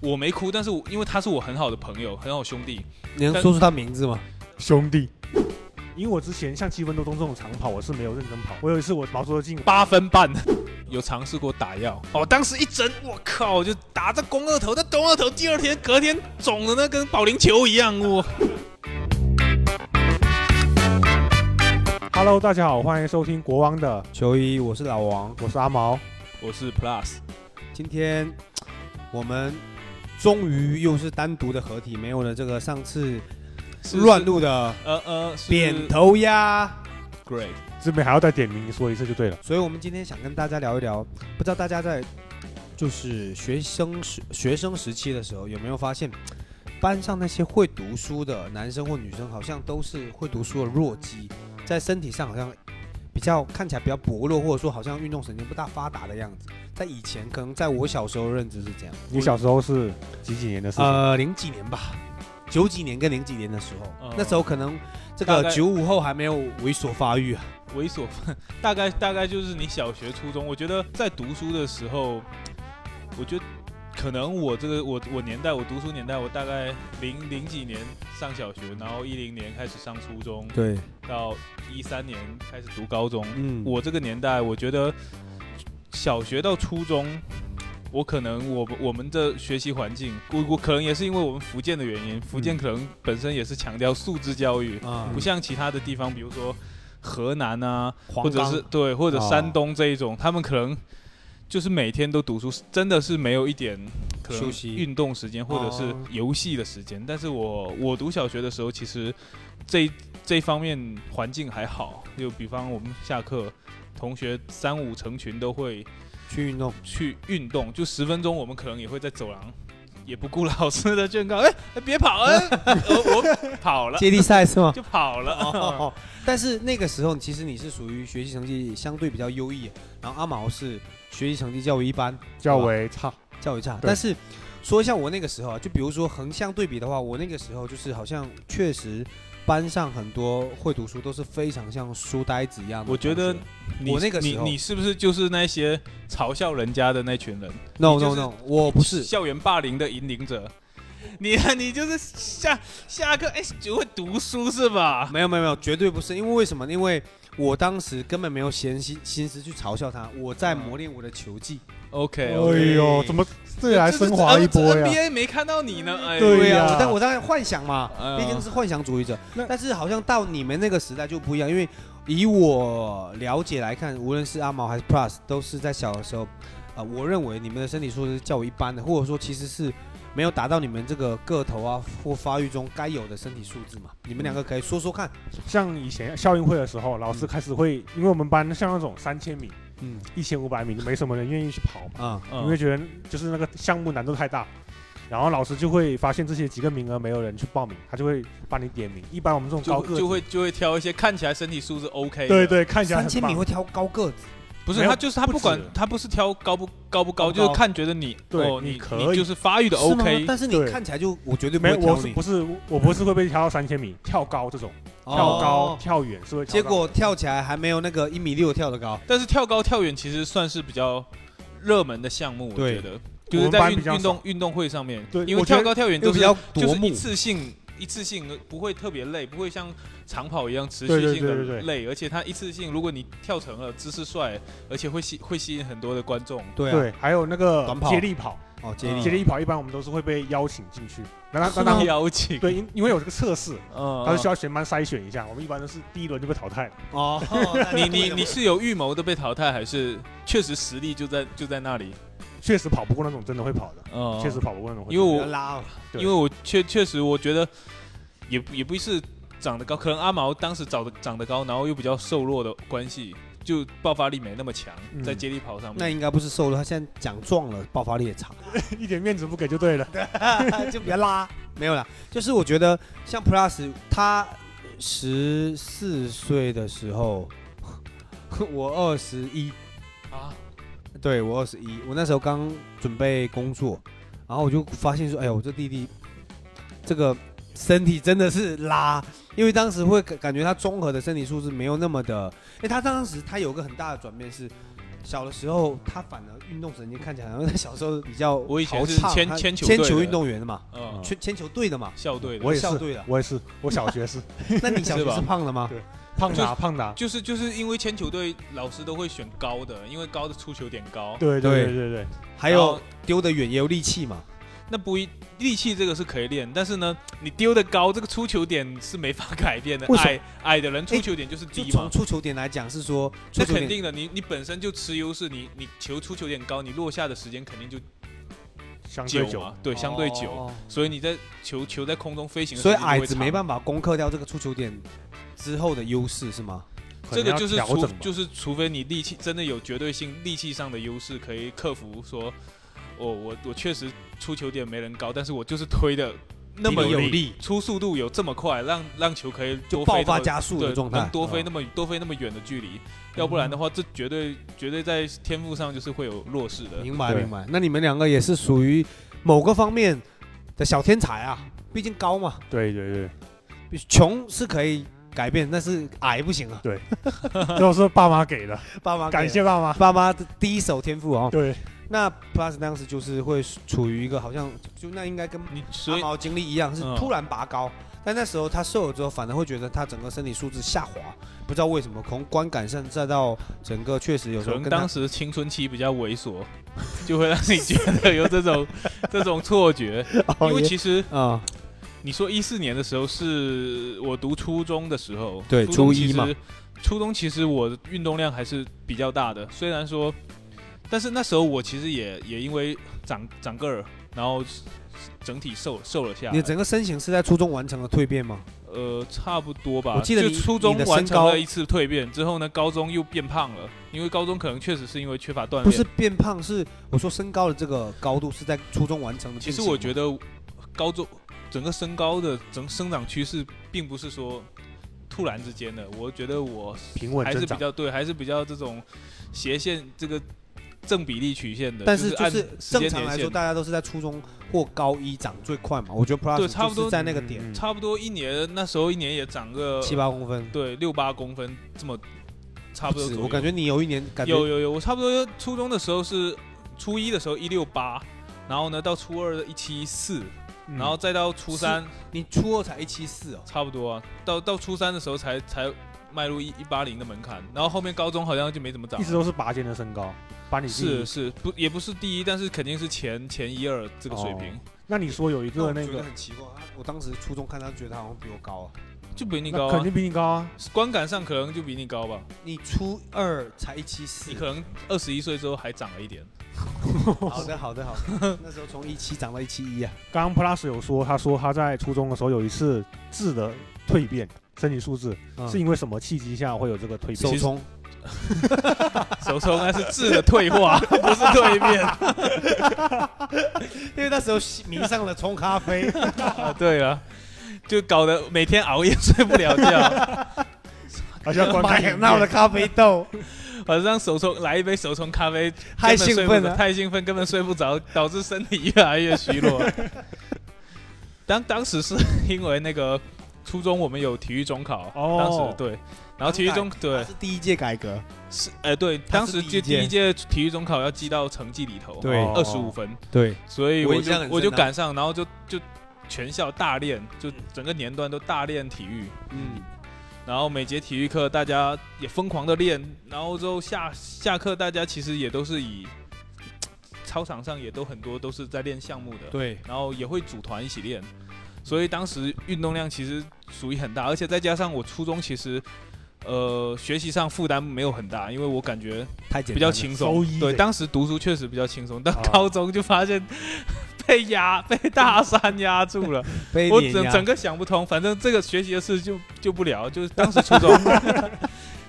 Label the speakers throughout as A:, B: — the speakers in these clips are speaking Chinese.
A: 我没哭，但是我因为他是我很好的朋友，很好兄弟，
B: 你能说出他名字吗？
C: 兄弟。因为我之前像七分多钟这种长跑，我是没有认真跑。我有一次我毛着进
A: 八分半， 有尝试过打药哦，当时一针，我靠，我就打这肱二头，那肱二头第二天隔天肿的那跟保龄球一样，我
C: Hello，大家好，欢迎收听国王的，
B: 球衣，我是老王。
C: 我是阿毛。
A: 我是 Plus，
B: 今天我们终于又是单独的合体，没有了这个上次
A: 是
B: 乱入的
A: 是呃呃是
B: 扁头鸭。
A: great，
C: 这边还要再点名说一次就对了。
B: 所以，我们今天想跟大家聊一聊，不知道大家在就是学生时学生时期的时候，有没有发现班上那些会读书的男生或女生，好像都是会读书的弱鸡，在身体上好像比较看起来比较薄弱，或者说好像运动神经不大发达的样子。在以前，可能在我小时候认知是这样。
C: 你小时候是几几年的事情？
B: 呃，零几年吧，九几年跟零几年的时候，
A: 嗯
B: 那时候可能这
A: 大
B: 个
A: 概
B: 九五后还没有猥琐发育啊。
A: 猥琐， 大概大概就是你小学、初中，我觉得在读书的时候，我觉得可能我这个我我年代，我读书年代，我大概零零几年上小学，然后一零年开始上初中，
B: 对，
A: 到一三年开始读高中。
B: 嗯，
A: 我这个年代，我觉得小学到初中，我可能我我们的学习环境，我我可能也是因为我们福建的原因，福
B: 嗯
A: 建可能本身也是强调素质教育，
B: 啊
A: 不像其他的地方，比如说河南啊，
B: 黄
A: 或者
B: 冈
A: 是对，或者
B: 哦
A: 山东这一种，他们可能就是每天都读书，真的是没有一点可能
B: 休息
A: 运动时间或者是
B: 哦
A: 游戏的时间。但是我我读小学的时候，其实这一这一方面环境还好，就比方我们下课。同学三五成群都会
B: 去运动。
A: 去运动，就十分钟，我们可能也会在走廊，也不顾老师的劝告，哎、哎别跑，哎、我我跑了，
B: 接力赛是吗？
A: 就跑了。
B: 哦， 但是那个时候其实你是属于学习成绩相对比较优异，然后阿毛是学习成绩较为一般，
C: 较为差。
B: 较为差。
C: 对
B: 但是说一下我那个时候啊，就比如说横向对比的话，我那个时候就是好像确实班上很多会读书都是非常像书呆子一样的同学。
A: 我觉得你
B: 我那个
A: 你
B: 时候
A: 你是不是就是那些嘲笑人家的那群人？
B: no
A: 你就
B: no
A: 是
B: no，我不 是，
A: 校园霸凌的引领者。你 你就是下下课哎就会读书是吧？
B: 没有没有没有，绝对不是。因为为什么？因为我当时根本没有闲心心思去嘲笑他，我在
A: 嗯
B: 磨练我的球技。
A: OK，,
C: 哎呦，怎么这来升华一波呀？
A: ！NBA 没看到你呢，哎，
C: 对呀
B: 呀、我但我当然幻想嘛，
A: 嗯
B: 毕竟是幻想主义者
C: 那。
B: 但是好像到你们那个时代就不一样，因为以我了解来看，无论是阿毛还是 Plus，都是在小的时候，啊、我认为你们的身体素质是较为一般的，或者说其实是。没有达到你们这个个头啊或发育中该有的身体素质嘛？你们两个可以说说看。
C: 像以前校运会的时候，老师开始会，因为我们班像那种三千米、
B: 嗯
C: 一千五百米，没什么人愿意去跑嘛，
B: 啊、
A: 嗯
C: 因为觉得就是那个项目难度太大。然后老师就会发现这些几个名额没有人去报名，他就会帮你点名。一般我们这种高
A: 就
C: 个子
A: 就会就会挑一些看起来身体素质 OK 的
C: 对，对看起来
B: 三
C: 很
B: 千
C: 棒
B: 米会挑高个子，
A: 不是
C: 没有
A: 他就是他
C: 不
A: 不管
C: 止
A: 他不是挑高不高不高，
B: 高不
A: 就
B: 高
A: 是看觉得你
C: 对
A: 哦
C: 你
A: 你
C: 可
A: 你
C: 以
A: 就是发育的
B: 是吗
A: OK，
B: 但是你
C: 对
B: 看起来就我绝对不
C: 没
B: 会
C: 有，我
B: 挑
C: 是
B: 你
C: 不，是我不是会被挑到三千米跳高这种，跳高
B: 哦
C: 跳远是会跳
B: 结
C: 高
B: 果跳起来还没有那个一米六跳的高。
A: 但是跳高、跳远其实算是比较热门的项目，我
B: 对
A: 觉得
C: 我
A: 就是
C: 们
A: 在
C: 班
A: 运
C: 比较
A: 运动
C: 少
A: 运动会上面，
C: 对
A: 因为
C: 我觉
A: 跳
C: 得
A: 高、跳远都
B: 又
A: 是
B: 比较
A: 就
B: 夺
A: 是
B: 目
A: 一次性一次性不会特别累，不会像长跑一样持
C: 对
A: 续
C: 对
A: 性的
C: 对对对
A: 累，而且它一次性如果你跳成了姿势帅，而且会吸会吸引很多的观众。
B: 对啊，
C: 对，还有那个
B: 短跑
C: 接力跑，
B: 哦，接力
C: 接力跑一般我们都是会被邀请进去，那那
A: 当
C: 那
A: 邀请，
C: 对，因因为有这个测试，
A: 嗯，
C: 它是需要全班筛选一下，我们一般都是第一轮就被淘汰了。
B: 哦，
A: 你你你是有预谋的被淘汰，还是确实实力就在就在那里？
C: 确实跑不过那种真的会跑的，
A: 嗯，
C: 确实跑不过那种会跑
A: 因
C: 的。
A: 为我
B: 哦我拉哦
C: 对
A: 因为我确确实我觉得也也不是长得高，可能阿毛当时长得长得高，然后又比较瘦弱的关系，就爆发力没那么强，
C: 嗯
A: 在接力跑上
B: 那
A: 面。
B: 应该不是瘦了，他现在长壮了，爆发力也差，
C: 一点面子不给就对了。
B: 啊就别拉。 没有啦，就是我觉得像 Plus 他十四岁的时候， 我二十一，
A: 啊，
B: 对我二十一，我那时候刚准备工作，然后我就发现说，哎呦，我这弟弟这个身体真的是拉，因为当时会感感觉他综合的身体素质没有那么的，哎，他当时他有个很大的转变是，小的时候他反而运动神经看起来好像在小时候比较
A: 我以前
B: 豪
A: 是
B: 畅
A: 铅
B: 他
A: 铅球
B: 铅
A: 队
B: 球
A: 的
B: 运动员的嘛，
A: 嗯，
B: 铅铅球队的嘛。
A: 校队的
C: 我也
B: 校
C: 是
B: 队的，
C: 我也是，我小学是
B: 那你小
A: 是
B: 学
A: 吧
B: 是胖的吗？
C: 胖
A: 就
C: 达胖达，
A: 就是就是因为铅球队老师都会选高的，因为高的出球点高。
C: 对对
B: 对
C: 对对对，
B: 还
A: 然
B: 有
A: 后
B: 丢得远也有力气嘛。
A: 那不一力气这个是可以练，但是呢，你丢的高，这个出球点是没法改变的
B: 为。什么
A: 矮矮的人出
B: 哎
A: 球点就是
B: 就
A: 低嘛
B: 从，出球点来讲是说，出
A: 那
B: 球
A: 肯
B: 点
A: 定的。你你本身就吃优势，你你球出球点高，你落下的时间肯定就
C: 相
A: 久
C: 对久，
A: 嘛，对，相对久，
B: 哦
A: 所以你在球球在空中飞行的时
B: 所
A: 间
B: 以
A: 就会长，
B: 矮子没办法攻克掉这个出球点之后的优势是吗？
C: 可
A: 这
C: 能
A: 个
C: 要
A: 就是
C: 调
A: 除
C: 整吧
A: 就是，除非你力气真的有绝对性，力气上的优势可以克服说，我我我确实出球点没人高，但是我就是推的那么
B: 比你有
A: 力，
B: 力
A: 出速度有这么快，让让球可以
B: 就
A: 多
B: 爆
A: 飞
B: 发
A: 到
B: 加速的
A: 对，
B: 状
A: 能
B: 态，嗯
A: 多飞那么多飞那么远的距离，要不然的话，这绝对绝对在天赋上就是会有弱势的。
B: 明白
C: 对
B: 明白。那你们两个也是属于某个方面的小天才啊，毕竟高嘛，
C: 对对对。
B: 穷是可以改变，但是矮不行啊。
C: 都是爸妈给的，
B: 爸妈给啊
C: 感谢爸妈。
B: 爸妈的第一手天赋啊、
C: 对，
B: 那 Plus 当时就是会处于一个好像就那应该跟
A: 你所
B: 阿
A: 以
B: 毛经历一样，是
A: 嗯
B: 突然拔高。但那时候他瘦了之后，反而会觉得他整个身体素质下滑，不知道为什么，从观感上再到整个确实有时
A: 可
B: 候
A: 能
B: 跟
A: 当
B: 他
A: 时青春期比较猥琐，就会让你觉得有这 种这种错觉，
B: 哦
A: 因为其实。
B: 啊、
A: 你说一四年的时候是我读初中的时候，
B: 对
A: 初中
B: 初一嘛
A: 其实。初中其实我的运动量还是比较大的，虽然说，但是那时候我其实也也因为长长个儿，然后整体瘦瘦了下
B: 你
A: 来，
B: 整个身形是在初中完成了蜕变吗？
A: 呃，差不多吧。
B: 我记得
A: 就
B: 你
A: 初中
B: 你的身
A: 完成
B: 高
A: 了一次蜕变之后呢，高中又变胖了，因为高中可能确实是因为缺乏锻炼。
B: 不是，变胖，是我说身高的这个高度是在初中完成的
A: 其
B: 变
A: 实
B: 形吗。
A: 我觉得高中整个身高的整生长趋势，并不是说突然之间的，我觉得我
C: 平稳
A: 还是
C: 增
A: 比
C: 长，
A: 较对，还是比较这种斜线这个正比例曲线的。
B: 但是就
A: 按
B: 是
A: 时
B: 正
A: 间
B: 常
A: 年
B: 来
A: 限
B: 说，大家都是在初中或高一长最快嘛。我觉得 Plus
A: 对差不多
B: 就是在那个点
C: 嗯
A: 差不多一年，那时候一年也长个
B: 七八公分，
A: 对六八公分这么差不多
B: 是
A: 左右。
B: 我感觉你有一年感觉
A: 有有有，我差不多初中的时候是初一的时候一六八，然后呢到初二的一七四，
C: 嗯
A: 然后再到初
B: 是
A: 三
B: 你初二才一七四哦，
A: 差不多啊，到到初三的时候才才迈入一一八零的门槛，然后后面高中好像就没怎么长
C: 一。直都是拔尖的身高，把你
A: 是
C: 是。
A: 是不也不是第一，但是肯定是前前一二这个水平，
C: 哦那你说有一
B: 那
C: 个
B: 我
C: 那
B: 觉得
C: 个，
B: 很奇怪，啊我当时初中看他觉得他好像比我高啊。
A: 就比你高、
C: 那肯
A: 啊，
C: 定比你高啊，
A: 观感上可能就比你高吧。
B: 你初二才一七四
A: 你，可能二十一岁之后还长了一点，
B: 好的好的好的， 那时候从一七涨到一七一啊，
C: 刚刚 Plus 有说，他说他在初中的时候有一次质的蜕变，身体素质、
B: 嗯
C: 是因为什么契机下会有这个蜕
B: 手
C: 变？
B: 冲
A: 手抽那是质的退化， 不是蜕变。
B: 因为那时候迷上了冲咖 啡，
A: 啊，对啊，就搞得每天熬夜睡不了觉，
C: 而啊且要观看
B: 买
C: 影
B: 闹了
C: 片
B: 咖啡 豆，
A: 晚上手冲来一杯手冲咖啡，根
B: 太
A: 本
B: 兴
A: 睡不
B: 奋
A: 着
B: 了。
A: 太兴奋根本睡不着，导致身体越来越虚弱。 当当时是因为那个初中我们有体育中考，
C: 哦
A: 当时对，然后体育中
B: 它
A: 对
B: 是第一届改革，
A: 是哎、对，
B: 它
A: 当
B: 啊是
A: 时
B: 第一
A: 就第
B: 届
A: 一届体育中考要记到成绩里头，
B: 对
C: 哦
A: 二十五分，
B: 对，
A: 所以
B: 我
A: 我
B: 印
A: 就
B: 象很深
A: 我就
B: 啊
A: 赶上，然后就就全校大练，就整个年段都大练体育。
B: 嗯，
A: 然后每节体育课大家也疯狂的练，然后之后下下课大家其实也都是以操场上也都很多都是在练项目的，
B: 对，
A: 然后也会组团一起练，所以当时运动量其实属于很大，而且再加上我初中其实呃学习上负担没有很大，因为我感觉
B: 太简单了
A: 比较轻
C: 收
A: 松
C: 益，
A: 对，
C: 的
A: 当时读书确实比较轻松，到
C: 啊
A: 高中就发现被压 被大山压住了。
B: 被
A: 我
B: 碾
A: 整
B: 压
A: 整个想不通，反正这个学习的事就就不聊，就是当时初中，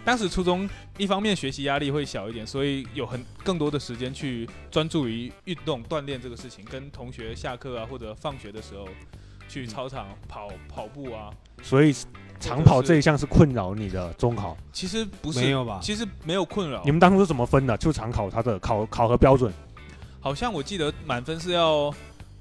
A: 当时初中一方面学习压力会小一点，所以有很更多的时间去专注于运动锻炼这个事情，跟同学下课啊或者放学的时候去操场跑跑步啊，
C: 所以长跑
A: 或者是
C: 这一项是困扰你的中考。
A: 其实不
B: 没
A: 是，
B: 有啊吧？
A: 其实没有困扰
C: 你，们当初是怎么分的？就长考它的考考核标准
A: 好像我记得满分是要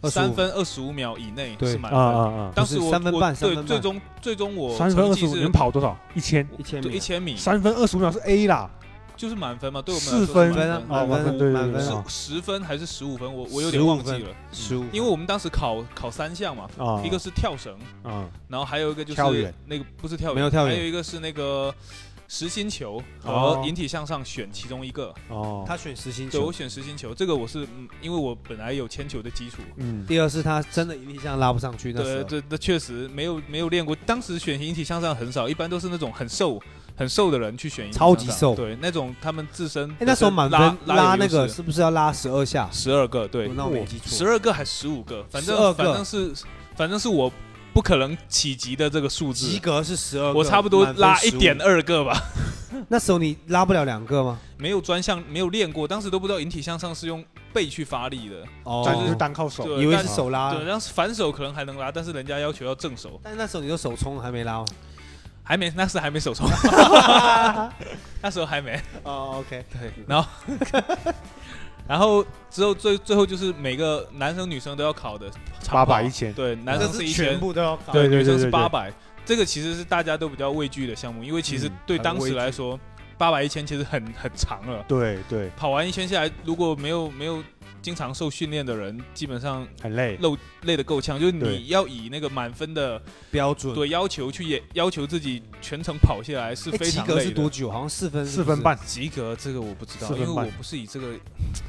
B: 25
A: 三分二十五秒以内
B: 对
A: 是满
C: 啊啊
A: 分，
C: 啊！
A: 当时
B: 不是
A: 我
B: 三分
A: 我
B: 半三分
A: 对
B: 半
A: 最终最终我
C: 三分
A: 成
C: 二
A: 绩
C: 十五，你
A: 是
C: 们跑多少？一千，
B: 一千
A: 对
B: 米
A: 一
B: 啊，
A: 千米，
C: 三分二十五秒是 A 啦。
A: 就是满分嘛，对我们
C: 四分
A: 来说是
B: 啊
A: 满
C: 哦
B: 满
C: 满分对对
B: 分满
C: 对
B: 分
C: 啊
A: 十十分还是十五分，我我有点
B: 15
A: 忘记了，
B: 十嗯五，
A: 因为我们当时考考三项嘛，
C: 啊，
A: 一个是跳绳，
C: 啊
A: 然后还有一个就
B: 跳
A: 是
B: 远
A: 那个不是跳远，
B: 没有跳
A: 还
B: 远
A: 有一个是那个实心球
C: 哦
A: 和引体向上选其中一个，
C: 哦，
B: 他选实心
A: 对我
B: 球，
A: 选实心球，这个我是嗯因为我本来有铅球的基础，
C: 嗯
B: 第二是他真的一力向拉不上去，那啊时
A: 对，
B: 候
A: 这这确实没有没有练过。当时选引体向上很少，一般都是那种很瘦很瘦的人去选引体向上，
B: 超级瘦
A: 对，那种他们自身
B: 哎，那时候满分
A: 拉
B: 拉那个是不是要拉十二下？
A: 十二个，对，
B: 那我没记错
A: 十二个还十五个，反
B: 12
A: 正
B: 个
A: 反正是反正是我不可能企及的这个数
B: 及
A: 字，
B: 格是十二，
A: 我差不多
B: 满分
A: 拉一
B: 15
A: 点。二个吧，
B: 那时候你拉不了两个吗？
A: 没有专项，没有练过，当时都不知道引体向上是用背去发力的，
B: 哦
C: 但就是单靠手，
A: 对
B: 以为
A: 但
B: 是手拉，
A: 对，然后反手可能还能拉，但是人家要求要正手，
B: 但那时候你就手冲还没拉哦吗？
A: 还没那时还没手 冲，那时候还没。
B: 哦，OK，
A: 对，然后然后之后最最后就是每个男生女生都要考的长
C: 八
A: 跑
C: 百一，千，
A: 对，男
B: 这
A: 生是
B: 是
A: 一
B: 全
A: 千，
B: 部都要考。
C: 对
A: 女生是
C: 对
A: 八百，这个其实是大家都比较畏惧的项目，因为其实
C: 嗯
A: 对
B: 很
A: 当
B: 畏
A: 时
B: 惧
A: 来说，八百一千其实很很长了，
C: 对对，
A: 跑完一圈下来，如果没有没有经常受训练的人，基本上。
C: 很累，
A: 累累得够呛，就是
C: 对
A: 你要以那个满分的
B: 标准。
A: 对要求去也要求自己全程跑下来是
B: 哎，
A: 非
B: 及
A: 常
B: 格
A: 累
B: 是
A: 的。
B: 多久？好像四分，
C: 四分。半，
A: 及格这个我不知道，
C: 四
A: 因
C: 分
A: 为我
C: 半
A: 不是以这个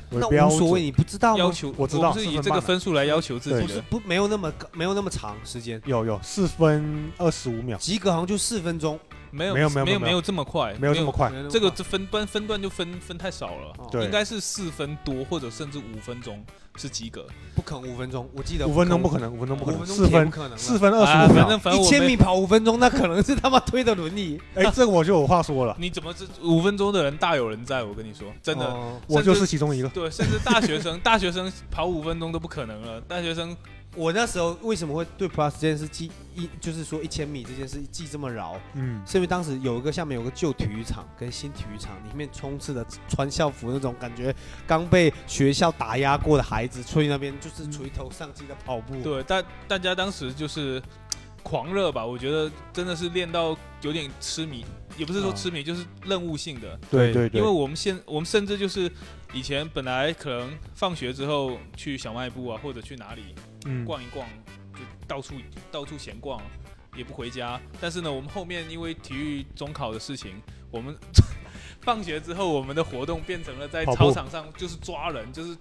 B: 那
C: 标
B: 无所谓，
C: 准，
B: 你不知道吗
A: 要？求，
C: 我知道
A: 不是
C: 四
A: 以
C: 分
A: 这
C: 半
A: 个
C: 嘛
A: 分数来要求自
C: 对
A: 己
B: 不是
A: 的。
B: 不没有那么没有那么长时间，
C: 有有四分二十五秒，
B: 及格好像就四分钟，
A: 没有
C: 没有没
A: 没
C: 有没有
A: 没有这么快，
C: 没有这么快，
B: 没有那么
A: 这个
B: 快
A: 这分段分段就分分太少了，
B: 哦
C: 对
A: 应该是四分多或者甚至五分钟是及格。
B: 不肯五分钟，我记得
C: 五分钟不可能，五分钟不可
B: 五
C: 能，
B: 分钟
C: 四
B: 铁不
C: 分
B: 可能了，
C: 四分二
A: 啊，
C: 十
A: 反
C: 五秒
A: 正，反正
B: 一
A: 我
B: 千
A: 没
B: 米跑五分钟，那可能是他妈推的轮椅，
C: 哎，这个我就有话说了，
A: 你怎么这五分钟的人大有人在，我跟你说，真的。
B: 哦
C: 我就是其中一个，
A: 对，甚至大学生，大学生跑五分钟都不可能了。大学生
C: 哦
B: 我那时候为什么会对 plus 这件事记一，就是说一千米这件事记这么牢，
C: 嗯，
B: 是因为当时有一个下面有个旧体育场跟新体育场，里面充斥着穿校服那种感觉刚被学校打压过的孩子，出去那边就是垂头丧气的跑步。，
A: 对大大家当时就是狂热吧，我觉得真的是练到有点痴迷，也不是说
C: 啊
A: 痴迷，就是任务性的。
C: 对对对，
A: 因为我们现我们甚至就是以前本来可能放学之后去小卖部啊，或者去哪里
C: 嗯
A: 逛一逛，就到处到处闲逛，也不回家。但是呢，我们后面因为体育中考的事情，我们 放学之后我们的活动变成了在
C: 跑步
A: 操场上就是抓人，就是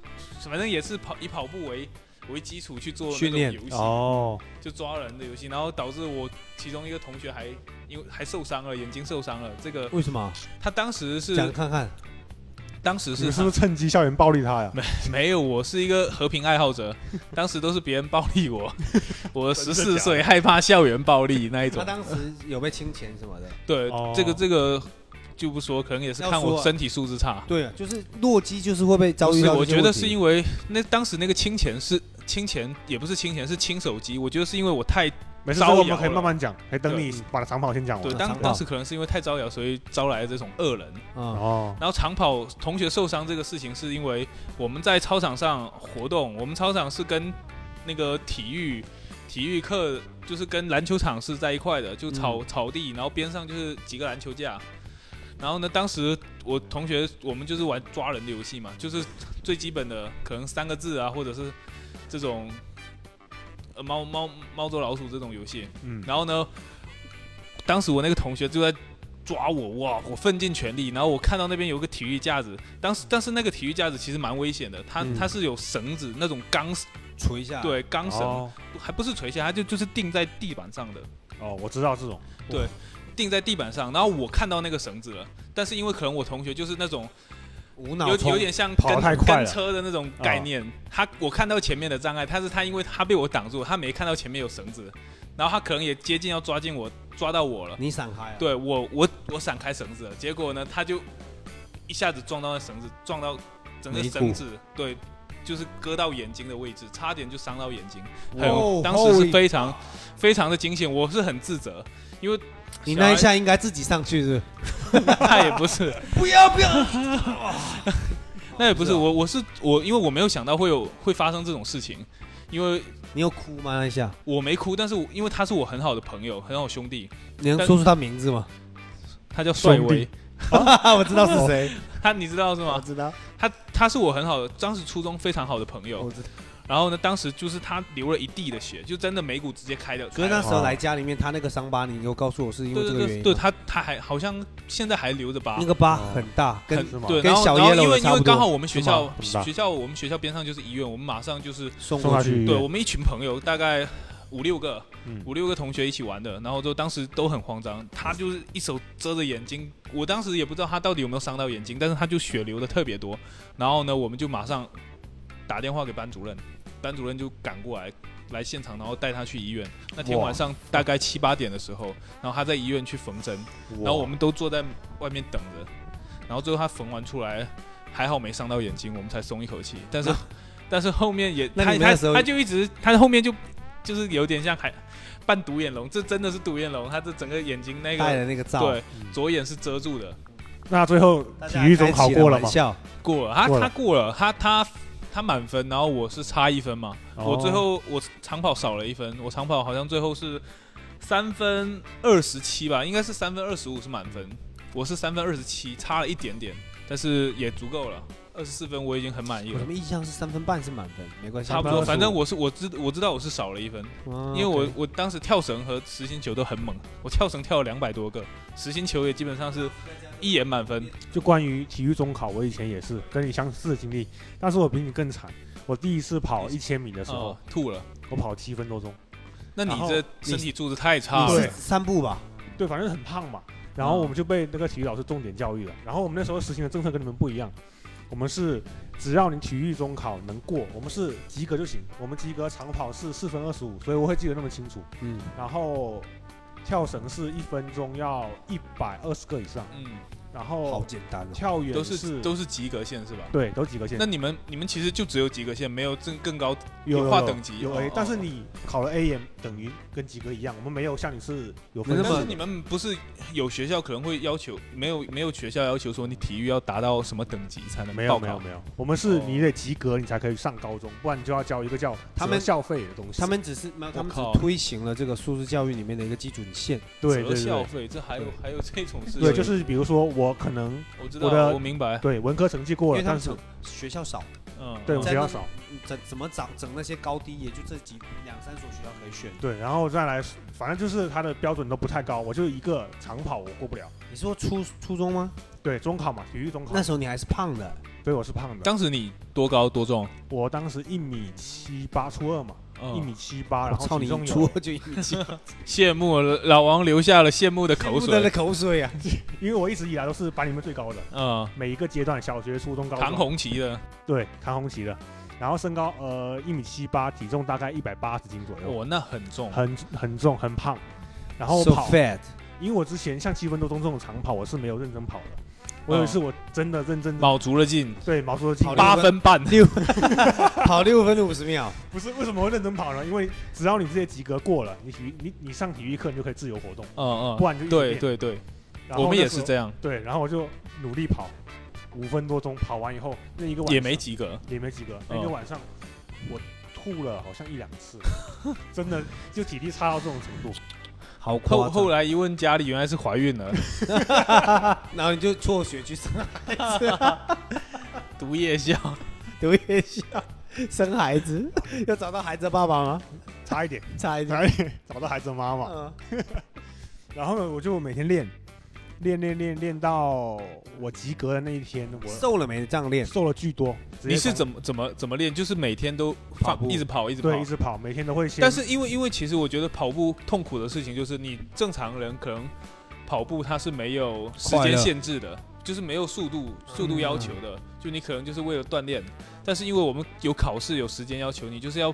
A: 反正也是跑以跑步为为基础去做那
B: 训
A: 种
B: 练
A: 游戏，
C: 哦，
A: 就抓人的游戏，然后导致我其中一个同学还因为还受伤了，眼睛受伤了。这个
B: 为什么？
A: 他当时是
B: 讲看看，
A: 当时
C: 你
A: 是
C: 们是不是趁机校园暴力他呀？
A: 没有，我是一个和平爱好者，当时都是别人暴力我，我十
C: 真的
A: 四
C: 假的
A: 岁害怕校园暴力那一
B: 他
A: 种。
B: 当时有被侵钱什么的？
A: 对，
C: 哦
A: 这个这个就不说，可能也是看
B: 要说
A: 我
B: 啊
A: 身体素质差。
B: 对啊，就是洛基就是会被遭
A: 不
B: 遇
A: 是，
B: 到。
A: 我觉得是
B: 为
A: 因为那当时那个清钱是清钱，也不是清钱，是清手机。我觉得是因为我太
C: 没事，
A: 招
C: 这个我
A: 摇
C: 们可以
A: 了
C: 慢慢讲，哎，等你把长跑先讲
A: 对
C: 完。
A: 当
B: 长跑
A: 当时可能是因为太招摇，所以招来了这种恶人。
B: 啊，
C: 哦，
A: 然后长跑同学受伤这个事情，是因为我们在操场上活动，我们操场是跟那个体育体育课就是跟篮球场是在一块的，就草、草地，然后边上就是几个篮球架。然后呢，当时我同学我们就是玩抓人的游戏嘛，就是最基本的可能三个字啊，或者是这种呃猫猫猫捉老鼠这种游戏。
C: 嗯，
A: 然后呢，当时我那个同学就在抓我，哇，我奋尽全力。然后我看到那边有个体育架子，当时但是那个体育架子其实蛮危险的，它、
C: 嗯
A: 它是有绳子那种钢丝，
B: 捶一下。，
A: 对钢绳，
C: 哦
A: 还不是垂下，它就就是钉在地板上的，
C: 哦，我知道这种，
A: 对钉在地板上。然后我看到那个绳子了，但是因为可能我同学就是那种
B: 无
A: 有
B: 脑冲
A: 有点像
C: 跑得
A: 跟
C: 太快了啊
A: 跟车的那种概念。他我看到前面的障碍，但是他因为他被我挡住，他没看到前面有绳子，然后他可能也接近要抓进我，抓到我了。
B: 你闪开啊。
A: 对我我我闪开绳子了，结果呢，他就一下子撞到那绳子，撞到整个
B: 眉骨
A: 绳子，对，就是割到眼睛的位置，差点就伤到眼睛，
B: 哇
A: 很、
B: 哦
A: 当时是
B: holy-
A: 非常非常的惊险，我是很自责，因为
B: 你那一下应该自己上去是
A: 那也不 是，
B: 不是？不要不要。
A: 那也不是
B: 是啊
A: 我我是我，因为我没有想到会有会发生这种事情，因为
B: 你有哭吗？那一下，
A: 我没哭，但是我因为他是我很好的朋友，很好兄弟，
B: 你能
A: 但
B: 说出他名字吗？
A: 他叫帅
C: 兄弟
A: 威，
B: 我知道是谁，
A: 他你知道是
B: 我
A: 吗？
B: 知道，
A: 他他是我很好的，当时初中非常好的朋友
B: 我。知道。
A: 然后呢，当时就是他流了一地的血，就真的眉骨直接开的。
B: 可是
A: 开
B: 那时
A: 了
B: 候来家里面，他那个伤疤，你有告诉我是因
A: 对
B: 为这
A: 对
B: 个原
A: 对，
B: 因
A: 对
B: 吗，
A: 他他还好像现在还留着疤
B: 那。个疤
C: 哦
B: 很大，跟
A: 很
C: 是吗
A: 对，
B: 跟
A: 然后
B: 小
A: 然后
B: yellow
A: 因
B: 的
A: 为
B: 差
A: 因
B: 不
A: 为刚
B: 多
A: 好我们学
C: 是
A: 校
C: 吗很大
A: 学校我们学校边上就是医院，我们马上就是
B: 送
C: 送
B: 过
C: 他去医
A: 对
C: 院
A: 我们一群朋友大概五六个
C: 嗯
A: 五六个同学一起玩的，然后就当时都很慌张，他就是一手遮着眼睛，我当时也不知道他到底有没有伤到眼睛，但是他就血流的特别多，然后呢，我们就马上打电话给班主任，班主任就赶过来。来现场，然后带他去医院。那天
C: 哇
A: 晚上大概七八点的时候，然后他在医院去缝针，然后我们都坐在外面等着，然后最后他缝完出来，还好没伤到眼睛，我们才松一口气。但是， 但是后面也
B: 那
A: 他
B: 你们那
A: 他
B: 时候
A: 他就一直他后面就就是有点像还扮独眼龙，这真的是独眼龙，他这整个眼睛那
B: 戴
A: 个
B: 的那个罩，
A: 对
C: 嗯
A: 左眼是遮住的，
C: 那最后
B: 大
C: 体
B: 家
C: 育总
B: 开
C: 考
B: 起了
C: 过了
B: 玩
C: 吗？
B: 笑
A: 过了他
C: 过了
A: 他过了他他他满分，然后我是差一分嘛，我最
C: 哦
A: 后我长跑少了一分，我长跑好像最后是三分二十七吧，应该是三分二十五是满分，我是三分二十七，差了一点点，但是也足够了，二十四分我已经很满意
B: 我
A: 了
B: 怎。么印象是三分半是满分，没关系，
A: 差不
C: 3
A: 多，
C: 分
A: 反正我是我知我知道我是少了一分，
C: 哦
B: 嗯
A: 因为我
B: OK
A: 我当时跳绳和实心球都很猛，我跳绳跳了两百多个，实心球也基本上是一眼满分。
C: 就关于体育中考，我以前也是跟你相似的经历，但是我比你更惨。我第一次跑一千米的时候
A: 哦，，吐了。
C: 我跑七分多钟，
A: 那你
C: 然后
A: 这身体素质太差
B: 你
A: 了
B: 是。三步吧，
C: 对，反正很胖嘛。然后我们就被那个体育老师重点教育了。然后我们那时候实行的政策跟你们不一样，我们是只要你体育中考能过，我们是及格就行。我们及格长跑是四分二十五，所以我会记得那么清楚。
B: 嗯，
C: 然后跳绳是一分钟要一百二十个以上，
A: 嗯，
C: 然
B: 好
C: 后
B: 简单哦，
C: 跳远
A: 都
C: 是
A: 是都是及格线是吧？
C: 对都及格线
A: 那。你们你们其实就只有及格线，没有更更高
C: 有
A: 划
C: 有
A: 等级
C: 有
A: 哦
C: A，、
A: 哦
C: 但是
A: 哦
C: 你考了 A 也等于跟及格一样，我们没有像你是有分
B: 那么
C: 数
A: 但是
C: 的
A: 你们不是有学校可能会要求，没有没有学校要求说你体育要达到什么等级才能
C: 没
A: 报
C: 有没有
A: 考？
C: 没有，我们是
A: 哦
C: 你得及格你才可以上高中，不然你就要交一个叫
B: 他们
C: 择校费的东西。
B: 他们只是没有，他们只
A: 靠
B: 推行了这个素质教育里面的一个基准线，
C: 对
A: 择
C: 对
A: 校
C: 对
A: 费，这还有
C: 对
A: 还有这种事情？
C: 对，就是比如说我可能
A: 我知道，
C: 我的
A: 我明白，
C: 对文科成绩
B: 因
C: 过
B: 为
C: 了，
B: 他
C: 但
B: 们
C: 是
B: 成哦学校少，
A: 嗯，
C: 对
A: 嗯
C: 我
B: 在
C: 学校
B: 那
C: 少，
B: 整怎么找整那些高低，也就这几两三所学校可以选。
C: 对，然后再来，反正就是他的标准都不太高，我就一个长跑我过不了。
B: 你说初初中吗？
C: 对，中考嘛，体育中考
B: 那，时候你还是胖的，
C: 对我是胖的，
A: 当时你多高多重？
C: 我当时一米七八，初二嘛，
A: 嗯
C: 一米七八，
B: 哦我
C: 然
B: 操
C: 后体
B: 你
C: 重
B: 初
C: 有，
B: 二就一 米七，
A: 羡慕老王流下了羡慕的口
B: 的
A: 水，
B: 口水 啊！
C: 因为我一直以来都是班里面最高的，
A: 嗯，
C: 每一个阶段，小学、初中、高中，
A: 唐红旗的，
C: 对，唐红旗的，然后身高呃一米七八，体重大概一百八十斤左右，
A: 哇，那很重，
C: 很很重很胖，然后
B: so
C: 跑，
B: fat，
C: 因为我之前像七分多钟这种长跑我是没有认真跑的，我有一次
A: 嗯
C: 我真的认真地
A: 卯足了劲，
C: 对毛叔的
B: 跑六
A: 八分半，
B: 跑六分五十秒，
C: 不是为什么会认真跑呢？因为只要你这些及格过了，你体育你你上体育课你就可以自由活动，
A: 嗯
C: 不然就一
A: 嗯，
C: 直
A: 对
C: 练。
A: 对对，
C: 然后
A: 我们
C: 那
A: 也
C: 时
A: 是
C: 候
A: 这样，
C: 对，然后我就努力跑五分多钟，跑完以后那一个晚上
A: 也没及格，
C: 也没及格，那个晚上我吐了好像一两次， 真的就体力差到这种程 度。
B: 好夸
A: 后
B: 张。
A: 后来一问家里，原来是怀孕了，
B: 然后你就辍学去生孩子，
A: 读夜校。
B: 读夜校，生孩子，要找到孩子的爸爸吗？
C: 差一点，
B: 差一点。
C: 差一点找到孩子的妈妈。
B: 嗯
C: 嗯然后呢，我就每天练，练练练练到我及格的那一天，我
B: 瘦了没？这样练，
C: 瘦了巨多。直接
A: 你是
C: 从
A: 怎么怎么怎么练？就是每天都
B: 跑
A: 放
B: 步
A: 一直跑，一直跑
C: 对一。直跑，每天都会先。
A: 但是因为因为其实我觉得跑步痛苦的事情就是你正常人可能跑步它是没有时
B: 快乐嗯
A: 间限制的，就是没有速度速度要求的，就你可能就是为了锻炼。但是因为我们有考试有时间要求，你就是要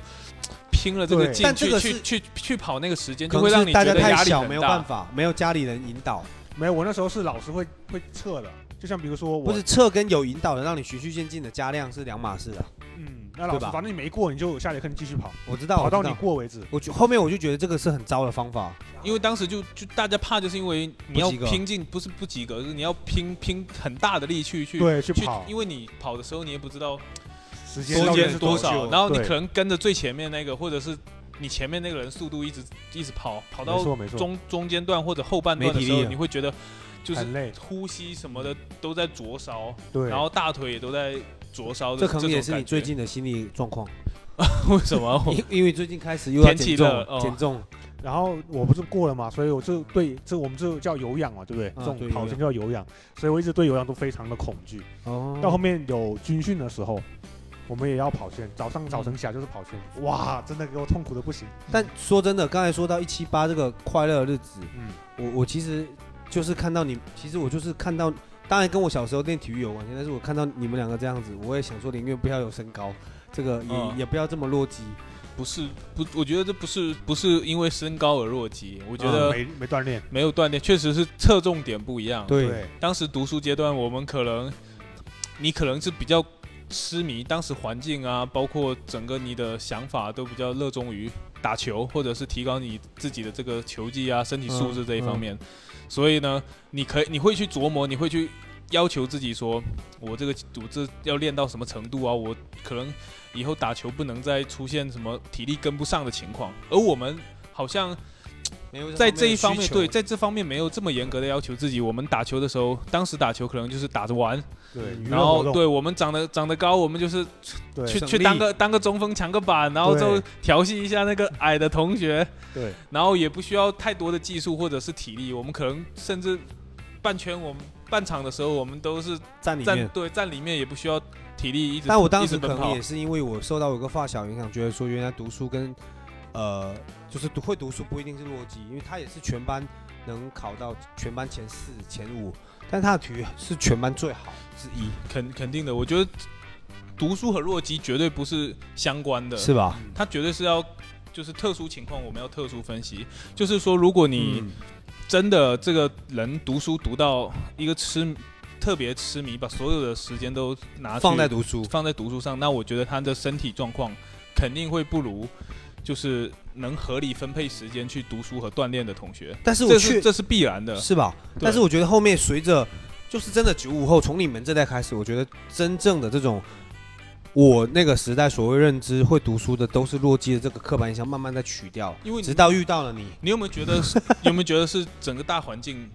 A: 拼了这个
C: 对
A: 劲
B: 但这
A: 去
B: 个
A: 去
B: 是
A: 去去跑那个时间，
B: 可
A: 就会
B: 能
A: 让
B: 是
A: 你
B: 大
A: 觉
B: 家
A: 得
B: 太
A: 压力
B: 小，没
A: 很
B: 有办
A: 大。
B: 法，没有家里人引导，
C: 没有，我那时候是老师会会测的，就像比如说我
B: 不是测跟有引导的，让你循序渐进的加量是两码事的。
C: 嗯，那老
B: 对
C: 师
B: 吧
C: 反正你没过，你就下节课你继续跑，
B: 我知道，
C: 跑
B: 我
C: 到
B: 知
C: 你
B: 道。
C: 过为止。
B: 我觉后面我就觉得这个是很糟的方法，
A: 因为当时就就大家怕，就是因为你
B: 不
A: 要
B: 及格
A: 拼劲，不是不及格，就是你要拼拼很大的力去去
C: 对，去
A: 去
C: 跑，
A: 因为你跑的时候你也不知道
C: 时间
A: 时
C: 到底
A: 间
C: 是
A: 多
C: 久
A: 少，然后你
C: 对
A: 可能跟着最前面那个，或者是你前面那个人速度一直一直跑，跑
C: 没
A: 到
C: 错没错，
A: 中中间段或者后半段
B: 没
A: 的
B: 体
A: 时
B: 力
A: 候，
B: 了
A: 你会觉得就是
C: 很累，
A: 呼吸什么的都在灼烧，
C: 对，
A: 然后大腿也都在灼烧的
B: 这
A: 哦种
B: 可
A: 感觉。
B: 能也是你最近的心理状况，
A: 为什么？我
B: 因因为最近开始又要
A: 天
B: 减
A: 气
B: 重
A: 热哦，
B: 减重，
C: 然后我不是过了嘛，所以我就对这我们就叫有氧嘛，对不对？
B: 啊
C: 这
B: 对
C: 种跑
B: 有
C: 圈叫有氧，所以我一直对有氧都非常的恐惧。
B: 哦
C: 到后面有军训的时候，我们也要跑圈，早上早晨起来就是跑圈，哇，真的给我痛苦的不行。
B: 但说真的，刚才说到一七八这个快乐的日子，
C: 嗯，
B: 我我其实就是看到你，其实我就是看到，当然跟我小时候练体育有关系，但是我看到你们两个这样子，我也想说宁愿不要有身高，这个也、
A: 嗯
B: 也不要这么落基。
A: 不是不，我觉得这不是不是因为身高而弱鸡，我觉
C: 啊
A: 得
C: 没没锻炼，
A: 没有锻炼，确实是侧重点不一样。，
B: 对，
C: 对，
A: 当时读书阶段，我们可能你可能是比较痴迷当时环境啊，包括整个你的想法都比较热衷于打球，或者是提高你自己的这个球技啊、身体素质这一方面。所以呢，你可以你会去琢磨，你会去要求自己说，我这个我这要练到什么程度啊？我可能以后打球不能再出现什么体力跟不上的情况。而我们好像
B: 没有
A: 在这一方面，对，
B: 这
A: 在这方面没有这么严格的要求自己。我们打球的时候，当时打球可能就是打着玩，
C: 对，
B: 嗯
C: 娱
A: 然
C: 乐活
A: 后
C: 动
A: 对我们长得长得高，我们就是
C: 对
A: 去
B: 省
A: 去
B: 力
A: 当个当个中锋抢个板，然后就
C: 对
A: 调戏一下那个矮的同学，
C: 对
A: 然后也不需要太多的技术或者是体力，我们可能甚至半圈我们半场的时候，我们都是
B: 站里
A: 站
B: 面。
A: 对站里面也不需要体力一直。
B: 但我当
A: 一
B: 时
A: 直
B: 可
A: 奔
B: 能
A: 跑
B: 也是因为我受到有个发小影响，觉得说原来读书跟呃就是读会读书不一定是落基，因为他也是全班能考到全班前四前五，但他的体育是全班最好之一，
A: 肯肯定的，我觉得读书和弱鸡绝对不是相关的，
C: 嗯
B: 吧？
A: 它绝对是要就是特殊情况，我们要特殊分析。就是说，如果你
B: 嗯
A: 真的这个人读书读到一个痴特别痴迷，把所有的时间都拿去
B: 放在读书，
A: 放在读书上，那我觉得他的身体状况肯定会不如就是能合理分配时间去读书和锻炼的同学。
B: 但是我
A: 这
B: 确
A: 是这是必然的，
B: 是吧？
A: 对
B: 但是我觉得后面随着，就是真的九五后，从你们这代开始，我觉得真正的这种，我那个时代所谓认知会读书的都是落基的这个刻板印象，慢慢在取掉，
A: 因为你
B: 直到遇到了你，
A: 你有没有觉得 是？有没有觉得是整个大环境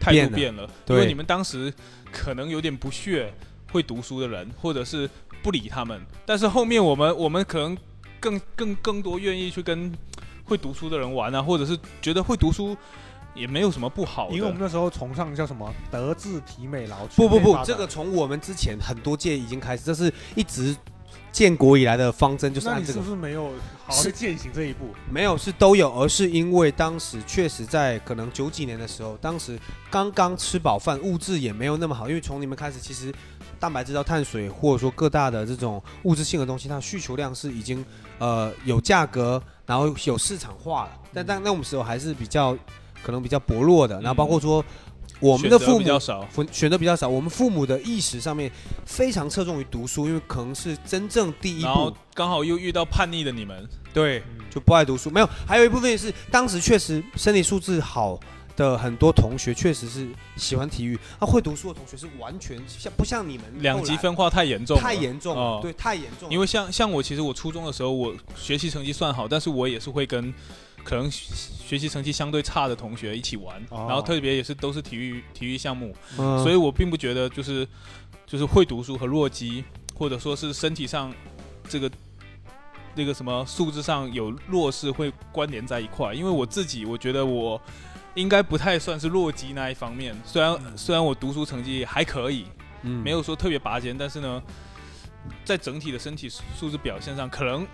A: 态
B: 变
A: 度
B: 了
A: 变了？因
B: 对
A: 为你们当时可能有点不屑会读书的人，或者是不理他们。但是后面我们我们可能更更更多愿意去跟会读书的人玩啊，或者是觉得会读书也没有什么不好的。
C: 因为我们那时候崇尚叫什么德智体美劳，
B: 不不
C: 全面
B: 不
C: 发，展
B: 这个从我们之前很多届已经开始，这是一直建国以来的方针，就是
C: 那
B: 按
C: 你
B: 这
C: 是
B: 个
C: 不是没有好好
B: 是
C: 的践行这一步？
B: 没有是都有，而是因为当时确实在可能九几年的时候，当时刚刚吃饱饭，物质也没有那么好，因为从你们开始，其实蛋白质到碳水，或者说各大的这种物质性的东西，它的需求量是已经呃有价格，然后有市场化了。但但那我们时候还是比较可能比较薄弱的，然后包括说我们的
A: 选择
B: 父母
A: 比较少，
B: 选选择比较少，我们父母的意识上面非常侧重于读书，因为可能是真正第一
A: 然
B: 步
A: 后，刚好又遇到叛逆的你们，
B: 对，
C: 嗯
B: 就不爱读书。没有，还有一部分是当时确实身体素质好的很多同学确实是喜欢体育，那、会读书的同学是完全像不像你们
A: 两
B: 后来
A: 极分化太严重了，
B: 太严重了，
A: 哦
B: 对，太严重了，
A: 因为像像我，其实我初中的时候，我学习成绩算好，但是我也是会跟可能学学习成绩相对差的同学一起玩，
C: 哦
A: 然后特别也是都是体育体育项目，
B: 嗯
A: 所以我并不觉得就是就是会读书和弱鸡，或者说是身体上这个那个什么素质上有弱势会关联在一块，因为我自己我觉得我应该不太算是弱鸡那一方面，虽然、虽然我读书成绩还可以，
B: 嗯
A: 没有说特别拔尖，但是呢，在整体的身体素质表现上，可能